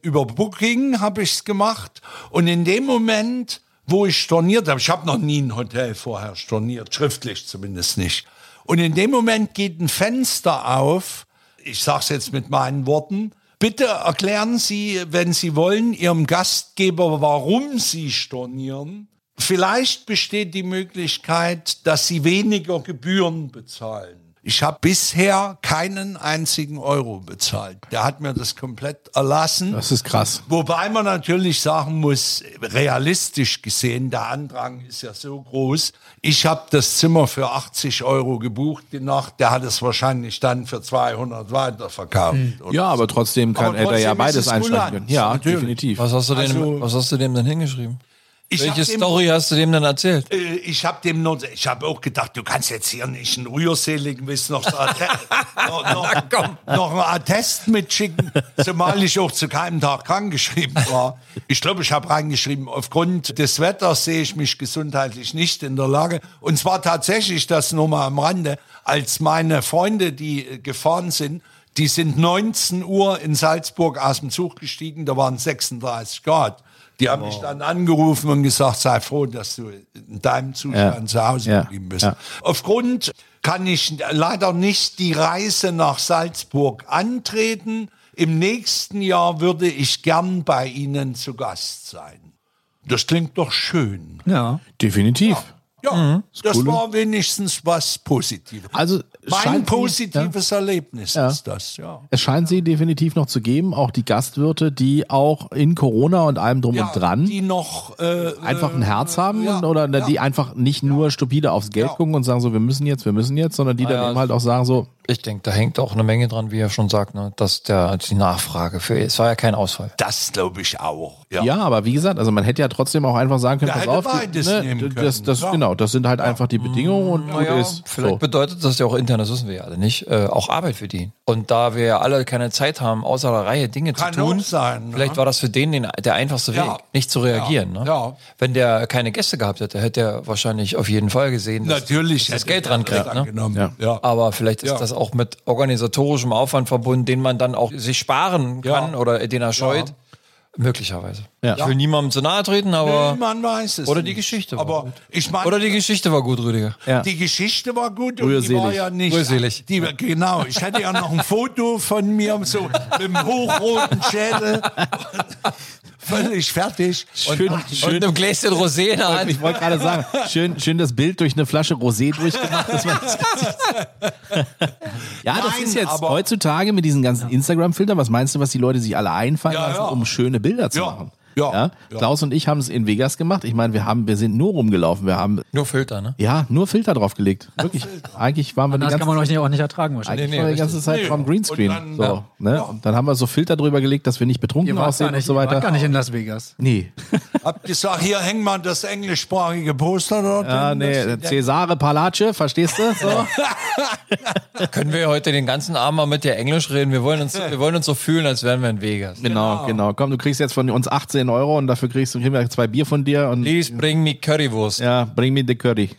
[SPEAKER 2] Über Booking habe ich's gemacht. Und in dem Moment, wo ich storniert habe, ich habe noch nie ein Hotel vorher storniert, schriftlich zumindest nicht. Und in dem Moment geht ein Fenster auf, ich sage es jetzt mit meinen Worten, bitte erklären Sie, wenn Sie wollen, Ihrem Gastgeber, warum Sie stornieren. Vielleicht besteht die Möglichkeit, dass Sie weniger Gebühren bezahlen. Ich habe bisher keinen einzigen Euro bezahlt. Der hat mir das komplett erlassen.
[SPEAKER 3] Das ist krass.
[SPEAKER 2] Wobei man natürlich sagen muss, realistisch gesehen, der Andrang ist ja so groß. Ich habe das Zimmer für 80 Euro gebucht die Nacht, der hat es wahrscheinlich dann für 200 weiterverkauft. Und
[SPEAKER 3] Ja, aber trotzdem kann
[SPEAKER 2] Aber
[SPEAKER 3] er da ja
[SPEAKER 2] trotzdem ist
[SPEAKER 3] beides
[SPEAKER 2] es
[SPEAKER 3] einsteigen
[SPEAKER 2] kulant,
[SPEAKER 3] können. Ja,
[SPEAKER 2] natürlich.
[SPEAKER 3] definitiv.
[SPEAKER 5] Was hast du dem,
[SPEAKER 2] Also-
[SPEAKER 5] was hast du dem denn hingeschrieben?
[SPEAKER 2] ich
[SPEAKER 5] Welche
[SPEAKER 2] hab dem-
[SPEAKER 5] Story hast du dem denn erzählt?
[SPEAKER 2] Äh, ich habe dem nur, ich habe auch gedacht, du kannst jetzt hier nicht einen rührseligen Wiss noch, so Atte- noch, noch, noch einen Attest mitschicken, zumal ich auch zu keinem Tag krankgeschrieben war. Ich glaube, ich habe reingeschrieben, aufgrund des Wetters sehe ich mich gesundheitlich nicht in der Lage. Und zwar tatsächlich das nur mal am Rande, als meine Freunde, die äh, gefahren sind, die sind 19 Uhr in Salzburg aus dem Zug gestiegen, da waren 36 Grad. Die haben mich dann angerufen und gesagt, sei froh, dass du in deinem Zustand
[SPEAKER 3] Ja.
[SPEAKER 2] zu Hause
[SPEAKER 3] Ja.
[SPEAKER 2] geblieben bist.
[SPEAKER 3] Ja.
[SPEAKER 2] Aufgrund kann ich leider nicht die Reise nach Salzburg antreten. Im nächsten Jahr würde ich gern bei Ihnen zu Gast sein. Das klingt doch schön.
[SPEAKER 4] Ja.
[SPEAKER 3] Definitiv.
[SPEAKER 2] Ja, das war wenigstens was Positives.
[SPEAKER 3] Mhm. Also
[SPEAKER 2] mein
[SPEAKER 3] scheint sie-
[SPEAKER 2] positives Erlebnis ist das, ja.
[SPEAKER 3] Es scheint sie definitiv noch zu geben, auch die Gastwirte, die auch in Corona und allem drum
[SPEAKER 2] ja
[SPEAKER 3] und dran
[SPEAKER 2] Die noch äh,
[SPEAKER 3] einfach ein Herz haben
[SPEAKER 2] ja,
[SPEAKER 3] und, oder die einfach nicht nur stupide aufs Geld
[SPEAKER 2] Ja. Ah
[SPEAKER 3] gucken und sagen so, wir müssen jetzt, wir müssen jetzt, sondern die dann eben halt auch sagen so,
[SPEAKER 5] Ich denke, da hängt auch eine Menge dran, wie er schon sagt, ne? dass der, die Nachfrage für, es war ja kein Ausfall.
[SPEAKER 2] Das glaube ich auch. Ja.
[SPEAKER 3] Ja, aber wie gesagt, also man hätte ja trotzdem auch einfach sagen können,
[SPEAKER 2] Ja,
[SPEAKER 3] pass
[SPEAKER 2] hätte
[SPEAKER 3] auf, ne,
[SPEAKER 2] beides nehmen
[SPEAKER 3] das,
[SPEAKER 2] können.
[SPEAKER 3] das,
[SPEAKER 2] Ja.
[SPEAKER 3] genau, das sind halt einfach die Bedingungen und gut
[SPEAKER 5] Ja,
[SPEAKER 3] ist.
[SPEAKER 5] vielleicht
[SPEAKER 3] So.
[SPEAKER 5] bedeutet das ja auch intern, das wissen wir ja alle nicht, äh, auch Arbeit für die. Und da wir ja alle keine Zeit haben, außer der Reihe Dinge
[SPEAKER 2] Kann
[SPEAKER 5] zu tun,
[SPEAKER 2] auch sein, ne?
[SPEAKER 5] vielleicht war das für den, den der einfachste Weg,
[SPEAKER 2] Ja.
[SPEAKER 5] nicht zu reagieren.
[SPEAKER 2] Ja.
[SPEAKER 5] Ne?
[SPEAKER 2] Ja.
[SPEAKER 5] Wenn der keine Gäste gehabt hätte, hätte er wahrscheinlich auf jeden Fall gesehen, dass,
[SPEAKER 2] Natürlich.
[SPEAKER 5] dass das
[SPEAKER 2] hätte
[SPEAKER 5] Geld
[SPEAKER 2] ich
[SPEAKER 5] dran
[SPEAKER 2] das
[SPEAKER 5] kriegt. Ne?
[SPEAKER 2] angenommen.
[SPEAKER 3] Ja.
[SPEAKER 2] Ja.
[SPEAKER 5] Aber vielleicht ist
[SPEAKER 2] Ja.
[SPEAKER 5] das auch mit organisatorischem Aufwand verbunden, den man dann auch sich sparen
[SPEAKER 2] Ja.
[SPEAKER 5] kann oder den er scheut. Möglicherweise.
[SPEAKER 3] Ja.
[SPEAKER 5] Ich will niemandem zu nahe treten, aber.
[SPEAKER 2] Nee, man weiß es.
[SPEAKER 5] Oder die
[SPEAKER 2] nicht.
[SPEAKER 5] Geschichte war
[SPEAKER 2] Aber
[SPEAKER 5] gut.
[SPEAKER 2] ich meine,
[SPEAKER 5] Oder die Geschichte war gut, Rüdiger.
[SPEAKER 3] Ja.
[SPEAKER 2] Die Geschichte war gut und die
[SPEAKER 3] Rührselig.
[SPEAKER 2] war ja nicht.
[SPEAKER 5] Rührselig.
[SPEAKER 2] Die, genau, ich hatte ja noch ein Foto von mir so mit dem hochroten Schädel. <laughs> Völlig fertig.
[SPEAKER 3] Schön,
[SPEAKER 5] Und
[SPEAKER 3] schön,
[SPEAKER 5] mit einem Gläschen Rosé in der Hand.
[SPEAKER 3] ich wollte gerade sagen, schön, schön das Bild durch eine Flasche Rosé durchgemacht. Dass man das ja, das
[SPEAKER 2] Nein,
[SPEAKER 3] ist jetzt
[SPEAKER 2] aber-
[SPEAKER 3] heutzutage mit diesen ganzen Instagram-Filtern, was meinst du, was die Leute sich alle einfallen
[SPEAKER 2] Ja,
[SPEAKER 3] lassen,
[SPEAKER 2] ja.
[SPEAKER 3] um schöne Bilder zu
[SPEAKER 2] Ja,
[SPEAKER 3] machen?
[SPEAKER 2] ja, ja.
[SPEAKER 3] Klaus und ich haben es in Vegas gemacht. Ich meine, wir haben, wir sind nur rumgelaufen. Wir haben,
[SPEAKER 5] Nur
[SPEAKER 3] <laughs>
[SPEAKER 5] Filter, ne?
[SPEAKER 3] ja, nur Filter draufgelegt. Wirklich. Eigentlich waren wir die
[SPEAKER 4] Das kann
[SPEAKER 3] ganze
[SPEAKER 4] man euch nicht, auch nicht ertragen wahrscheinlich.
[SPEAKER 3] eigentlich war die ganze Zeit
[SPEAKER 2] Nee,
[SPEAKER 3] vom Greenscreen.
[SPEAKER 2] und dann-
[SPEAKER 3] so,
[SPEAKER 2] ja.
[SPEAKER 3] ne?
[SPEAKER 2] Ja.
[SPEAKER 3] Und dann haben wir so Filter drüber gelegt, dass wir nicht betrunken
[SPEAKER 4] Ihr wart,
[SPEAKER 3] aussehen
[SPEAKER 4] gar
[SPEAKER 3] und
[SPEAKER 4] nicht,
[SPEAKER 3] so
[SPEAKER 4] ihr wart gar
[SPEAKER 3] weiter.
[SPEAKER 4] nicht in Las Vegas.
[SPEAKER 3] Nee.
[SPEAKER 2] Hab gesagt, hier hängen mal das englischsprachige Poster dort.
[SPEAKER 3] Ah,
[SPEAKER 2] hin.
[SPEAKER 4] <laughs>
[SPEAKER 3] nee. Cesare Palace, verstehst du? So.
[SPEAKER 5] Können wir heute den ganzen Abend mal mit dir Englisch reden? Wir wollen uns, wir wollen uns so fühlen, als wären wir in Vegas.
[SPEAKER 3] Genau, genau. Komm, du kriegst jetzt von uns 18 Euro und dafür kriegst du kriegen wir zwei Bier von dir und
[SPEAKER 5] Please bring me Currywurst.
[SPEAKER 3] ja, bring me the curry.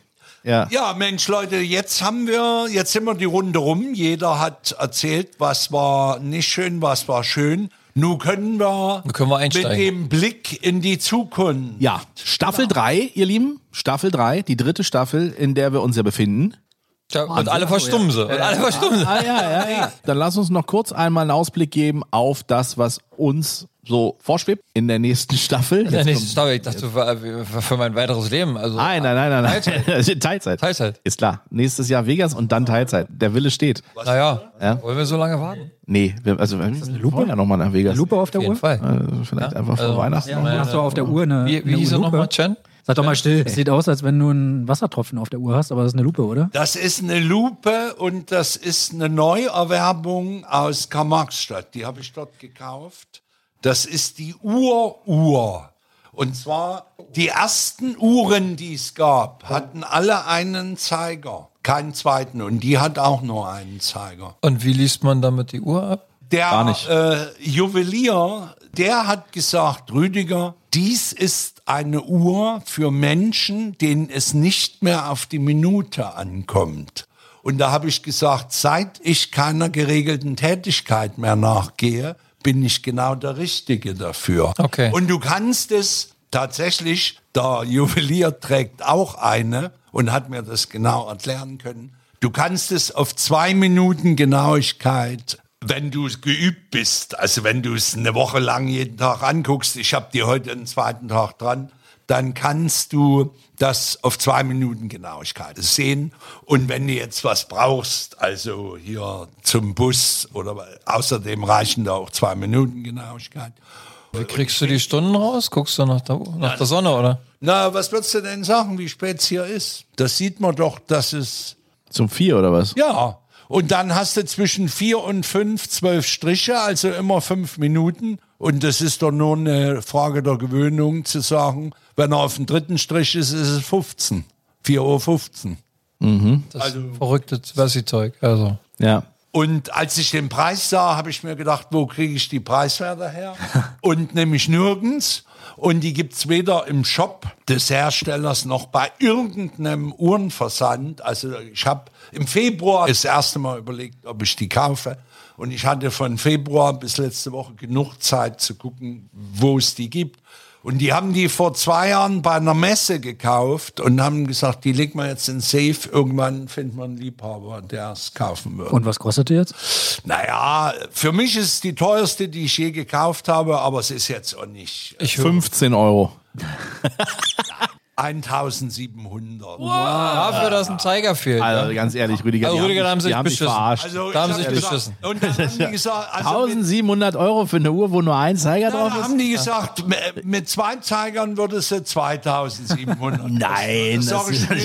[SPEAKER 3] Ja.
[SPEAKER 2] Ja, Mensch, Leute, jetzt haben wir, jetzt sind wir die Runde rum. Jeder hat erzählt, was war nicht schön, was war schön. Nun können wir,
[SPEAKER 5] Nun können wir einsteigen.
[SPEAKER 2] mit dem Blick in die Zukunft.
[SPEAKER 3] Ja, Staffel 3, ihr Lieben, Staffel 3, die dritte Staffel, in der wir uns ja befinden.
[SPEAKER 5] Tja, Und alle verstummen sie. Und alle verstummen sie.
[SPEAKER 3] Ah ja, ja, ja. Dann lass uns noch kurz einmal einen Ausblick geben auf das, was uns so vorschwebt in der nächsten Staffel.
[SPEAKER 5] Ja,
[SPEAKER 3] Jetzt
[SPEAKER 5] nee,
[SPEAKER 3] kommt-
[SPEAKER 5] sorry, ich dachte, für, für mein weiteres Leben. Also,
[SPEAKER 3] Nein, nein, nein, nein, nein. <laughs> Teilzeit. Teilzeit.
[SPEAKER 5] Teilzeit.
[SPEAKER 3] Ist klar. Nächstes Jahr Vegas und dann Teilzeit. Der Wille steht.
[SPEAKER 5] naja,
[SPEAKER 3] Ja.
[SPEAKER 5] wollen wir so lange warten?
[SPEAKER 3] Nee, wir, also wir wollen ja nochmal nach Vegas.
[SPEAKER 4] Lupe auf der
[SPEAKER 5] Auf jeden
[SPEAKER 4] Uhr?
[SPEAKER 5] Fall.
[SPEAKER 3] Also vielleicht einfach vor
[SPEAKER 5] also,
[SPEAKER 3] Weihnachten. noch mal.
[SPEAKER 4] Hast du auf der Uhr eine,
[SPEAKER 5] Wie, wie
[SPEAKER 4] eine
[SPEAKER 5] hieß er
[SPEAKER 4] Lupe?
[SPEAKER 5] nochmal, Chen? Äh,
[SPEAKER 4] Sag doch mal still.
[SPEAKER 5] <laughs>
[SPEAKER 4] Es sieht aus, als wenn du einen Wassertropfen auf der Uhr hast, aber das ist eine Lupe, oder?
[SPEAKER 2] Das ist eine Lupe und das ist eine Neuerwerbung aus Karl-Marx-Stadt. Die habe ich dort gekauft. Das ist die Uhr-Uhr. Und zwar die ersten Uhren, die es gab, hatten alle einen Zeiger, keinen zweiten. Und die hat auch nur einen Zeiger.
[SPEAKER 5] Und wie liest man damit die Uhr ab?
[SPEAKER 2] Der
[SPEAKER 3] nicht.
[SPEAKER 2] Äh, Juwelier, der hat gesagt, Rüdiger, dies ist eine Uhr für Menschen, denen es nicht mehr auf die Minute ankommt. Und da habe ich gesagt, seit ich keiner geregelten Tätigkeit mehr nachgehe, bin ich genau der Richtige dafür.
[SPEAKER 5] Okay.
[SPEAKER 2] Und du kannst es tatsächlich, der Juwelier trägt auch eine und hat mir das genau erklären können. Du kannst es auf zwei Minuten Genauigkeit, wenn du es geübt bist, also wenn du es eine Woche lang jeden Tag anguckst, ich habe die heute den zweiten Tag dran, dann kannst du das auf zwei Minuten Genauigkeit sehen. Und wenn du jetzt was brauchst, also hier zum Bus oder wa- außerdem reichen da auch zwei Minuten Genauigkeit.
[SPEAKER 5] Wie kriegst du die Stunden raus? Guckst du nach der, Uhr- nach der Sonne, oder?
[SPEAKER 2] Na, was würdest du denn sagen, wie spät es hier ist? Das sieht man doch, dass es.
[SPEAKER 3] Zum Vier oder was?
[SPEAKER 2] Ja. Und dann hast du zwischen vier und fünf zwölf Striche, also immer fünf Minuten. Und das ist doch nur eine Frage der Gewöhnung zu sagen, wenn er auf dem dritten Strich ist, ist es 15. 4.15 Uhr.
[SPEAKER 5] Das verrücktes Wessi-Zeug. Also.
[SPEAKER 3] Ja.
[SPEAKER 2] Und als ich den Preis sah, habe ich mir gedacht, wo kriege ich die Preiswerte her? Und nämlich nirgends. Und die gibt's weder im Shop des Herstellers noch bei irgendeinem Uhrenversand. Also ich habe im Februar das erste Mal überlegt, ob ich die kaufe. Und ich hatte von Februar bis letzte Woche genug Zeit zu gucken, wo es die gibt. Und die haben die vor zwei Jahren bei einer Messe gekauft und haben gesagt, die legen wir jetzt in den Safe. Irgendwann findet man einen Liebhaber, der es kaufen wird.
[SPEAKER 4] Und was kostet die jetzt?
[SPEAKER 2] Naja, für mich ist es die teuerste, die ich je gekauft habe, aber es ist jetzt auch nicht.
[SPEAKER 5] Ich höre.
[SPEAKER 3] 15 Euro.
[SPEAKER 2] 1700.
[SPEAKER 5] Dafür, dass ein Tiger fehlt.
[SPEAKER 3] Also
[SPEAKER 5] ne?
[SPEAKER 3] ganz ehrlich, Rüdiger,
[SPEAKER 5] Ah. Also,
[SPEAKER 3] die
[SPEAKER 5] Rüdiger, da
[SPEAKER 3] haben,
[SPEAKER 5] haben sie
[SPEAKER 3] sich, die
[SPEAKER 5] sich
[SPEAKER 3] haben sich
[SPEAKER 5] beschissen.
[SPEAKER 3] verarscht.
[SPEAKER 2] Also, ich
[SPEAKER 5] Da haben
[SPEAKER 2] hab
[SPEAKER 5] sie sich
[SPEAKER 2] gesagt-
[SPEAKER 5] beschissen.
[SPEAKER 2] Und dann haben
[SPEAKER 3] <laughs>
[SPEAKER 2] die gesagt, also mit,
[SPEAKER 3] 1700 Euro für eine Uhr, wo nur ein Zeiger
[SPEAKER 2] dann
[SPEAKER 3] drauf ist?
[SPEAKER 2] haben die gesagt, m- mit zwei Zeigern würde es 2700.
[SPEAKER 3] Nein, das
[SPEAKER 2] Sorry,
[SPEAKER 3] ist-
[SPEAKER 2] nee.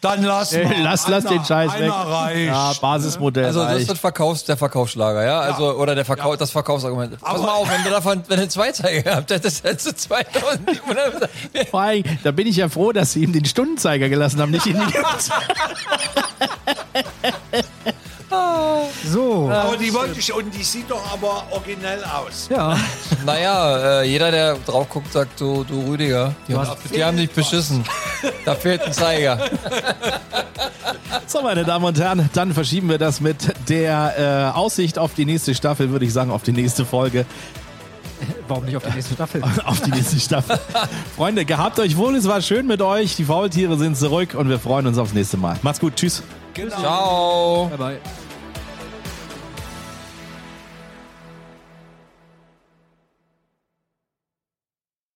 [SPEAKER 2] dann lass mal.
[SPEAKER 3] <laughs> Lass, lass den
[SPEAKER 2] Einer-
[SPEAKER 3] Scheiß
[SPEAKER 2] einer
[SPEAKER 3] weg.
[SPEAKER 2] Reicht.
[SPEAKER 3] Ja, Basismodell
[SPEAKER 5] Also das ist
[SPEAKER 3] reicht.
[SPEAKER 5] das Verkaufs, der Verkaufsschlager, ja? Also, oder der Verkauf, das Verkaufsargument. Pass mal auf, wenn du davon, wenn du zwei Zeiger habt, das hättest du <laughs> 2700.
[SPEAKER 3] Vor allem, da bin ich ja froh, dass sie ihm den Stundenzeiger gelassen
[SPEAKER 2] <laughs>
[SPEAKER 3] haben, nicht in die
[SPEAKER 4] So.
[SPEAKER 2] Aber die wollte ich, und die sieht doch aber originell aus.
[SPEAKER 4] Ja.
[SPEAKER 5] Naja, äh, jeder, der drauf guckt, sagt, du, du Rüdiger, die, haben, die haben dich beschissen. Da fehlt ein <laughs> Zeiger.
[SPEAKER 3] So, meine Damen und Herren, dann verschieben wir das mit der äh, Aussicht auf die nächste Staffel, würde ich sagen, auf die nächste Folge, <laughs>
[SPEAKER 4] Warum nicht auf die nächste
[SPEAKER 5] <laughs>
[SPEAKER 4] Staffel?
[SPEAKER 3] auf die nächste
[SPEAKER 2] <laughs>
[SPEAKER 3] Staffel. Freunde, gehabt euch wohl, es war schön mit
[SPEAKER 5] Genau.
[SPEAKER 3] euch. Die Faultiere sind zurück und wir freuen uns aufs nächste Mal. Macht's gut, tschüss.
[SPEAKER 5] Ciao.
[SPEAKER 4] Bye bye.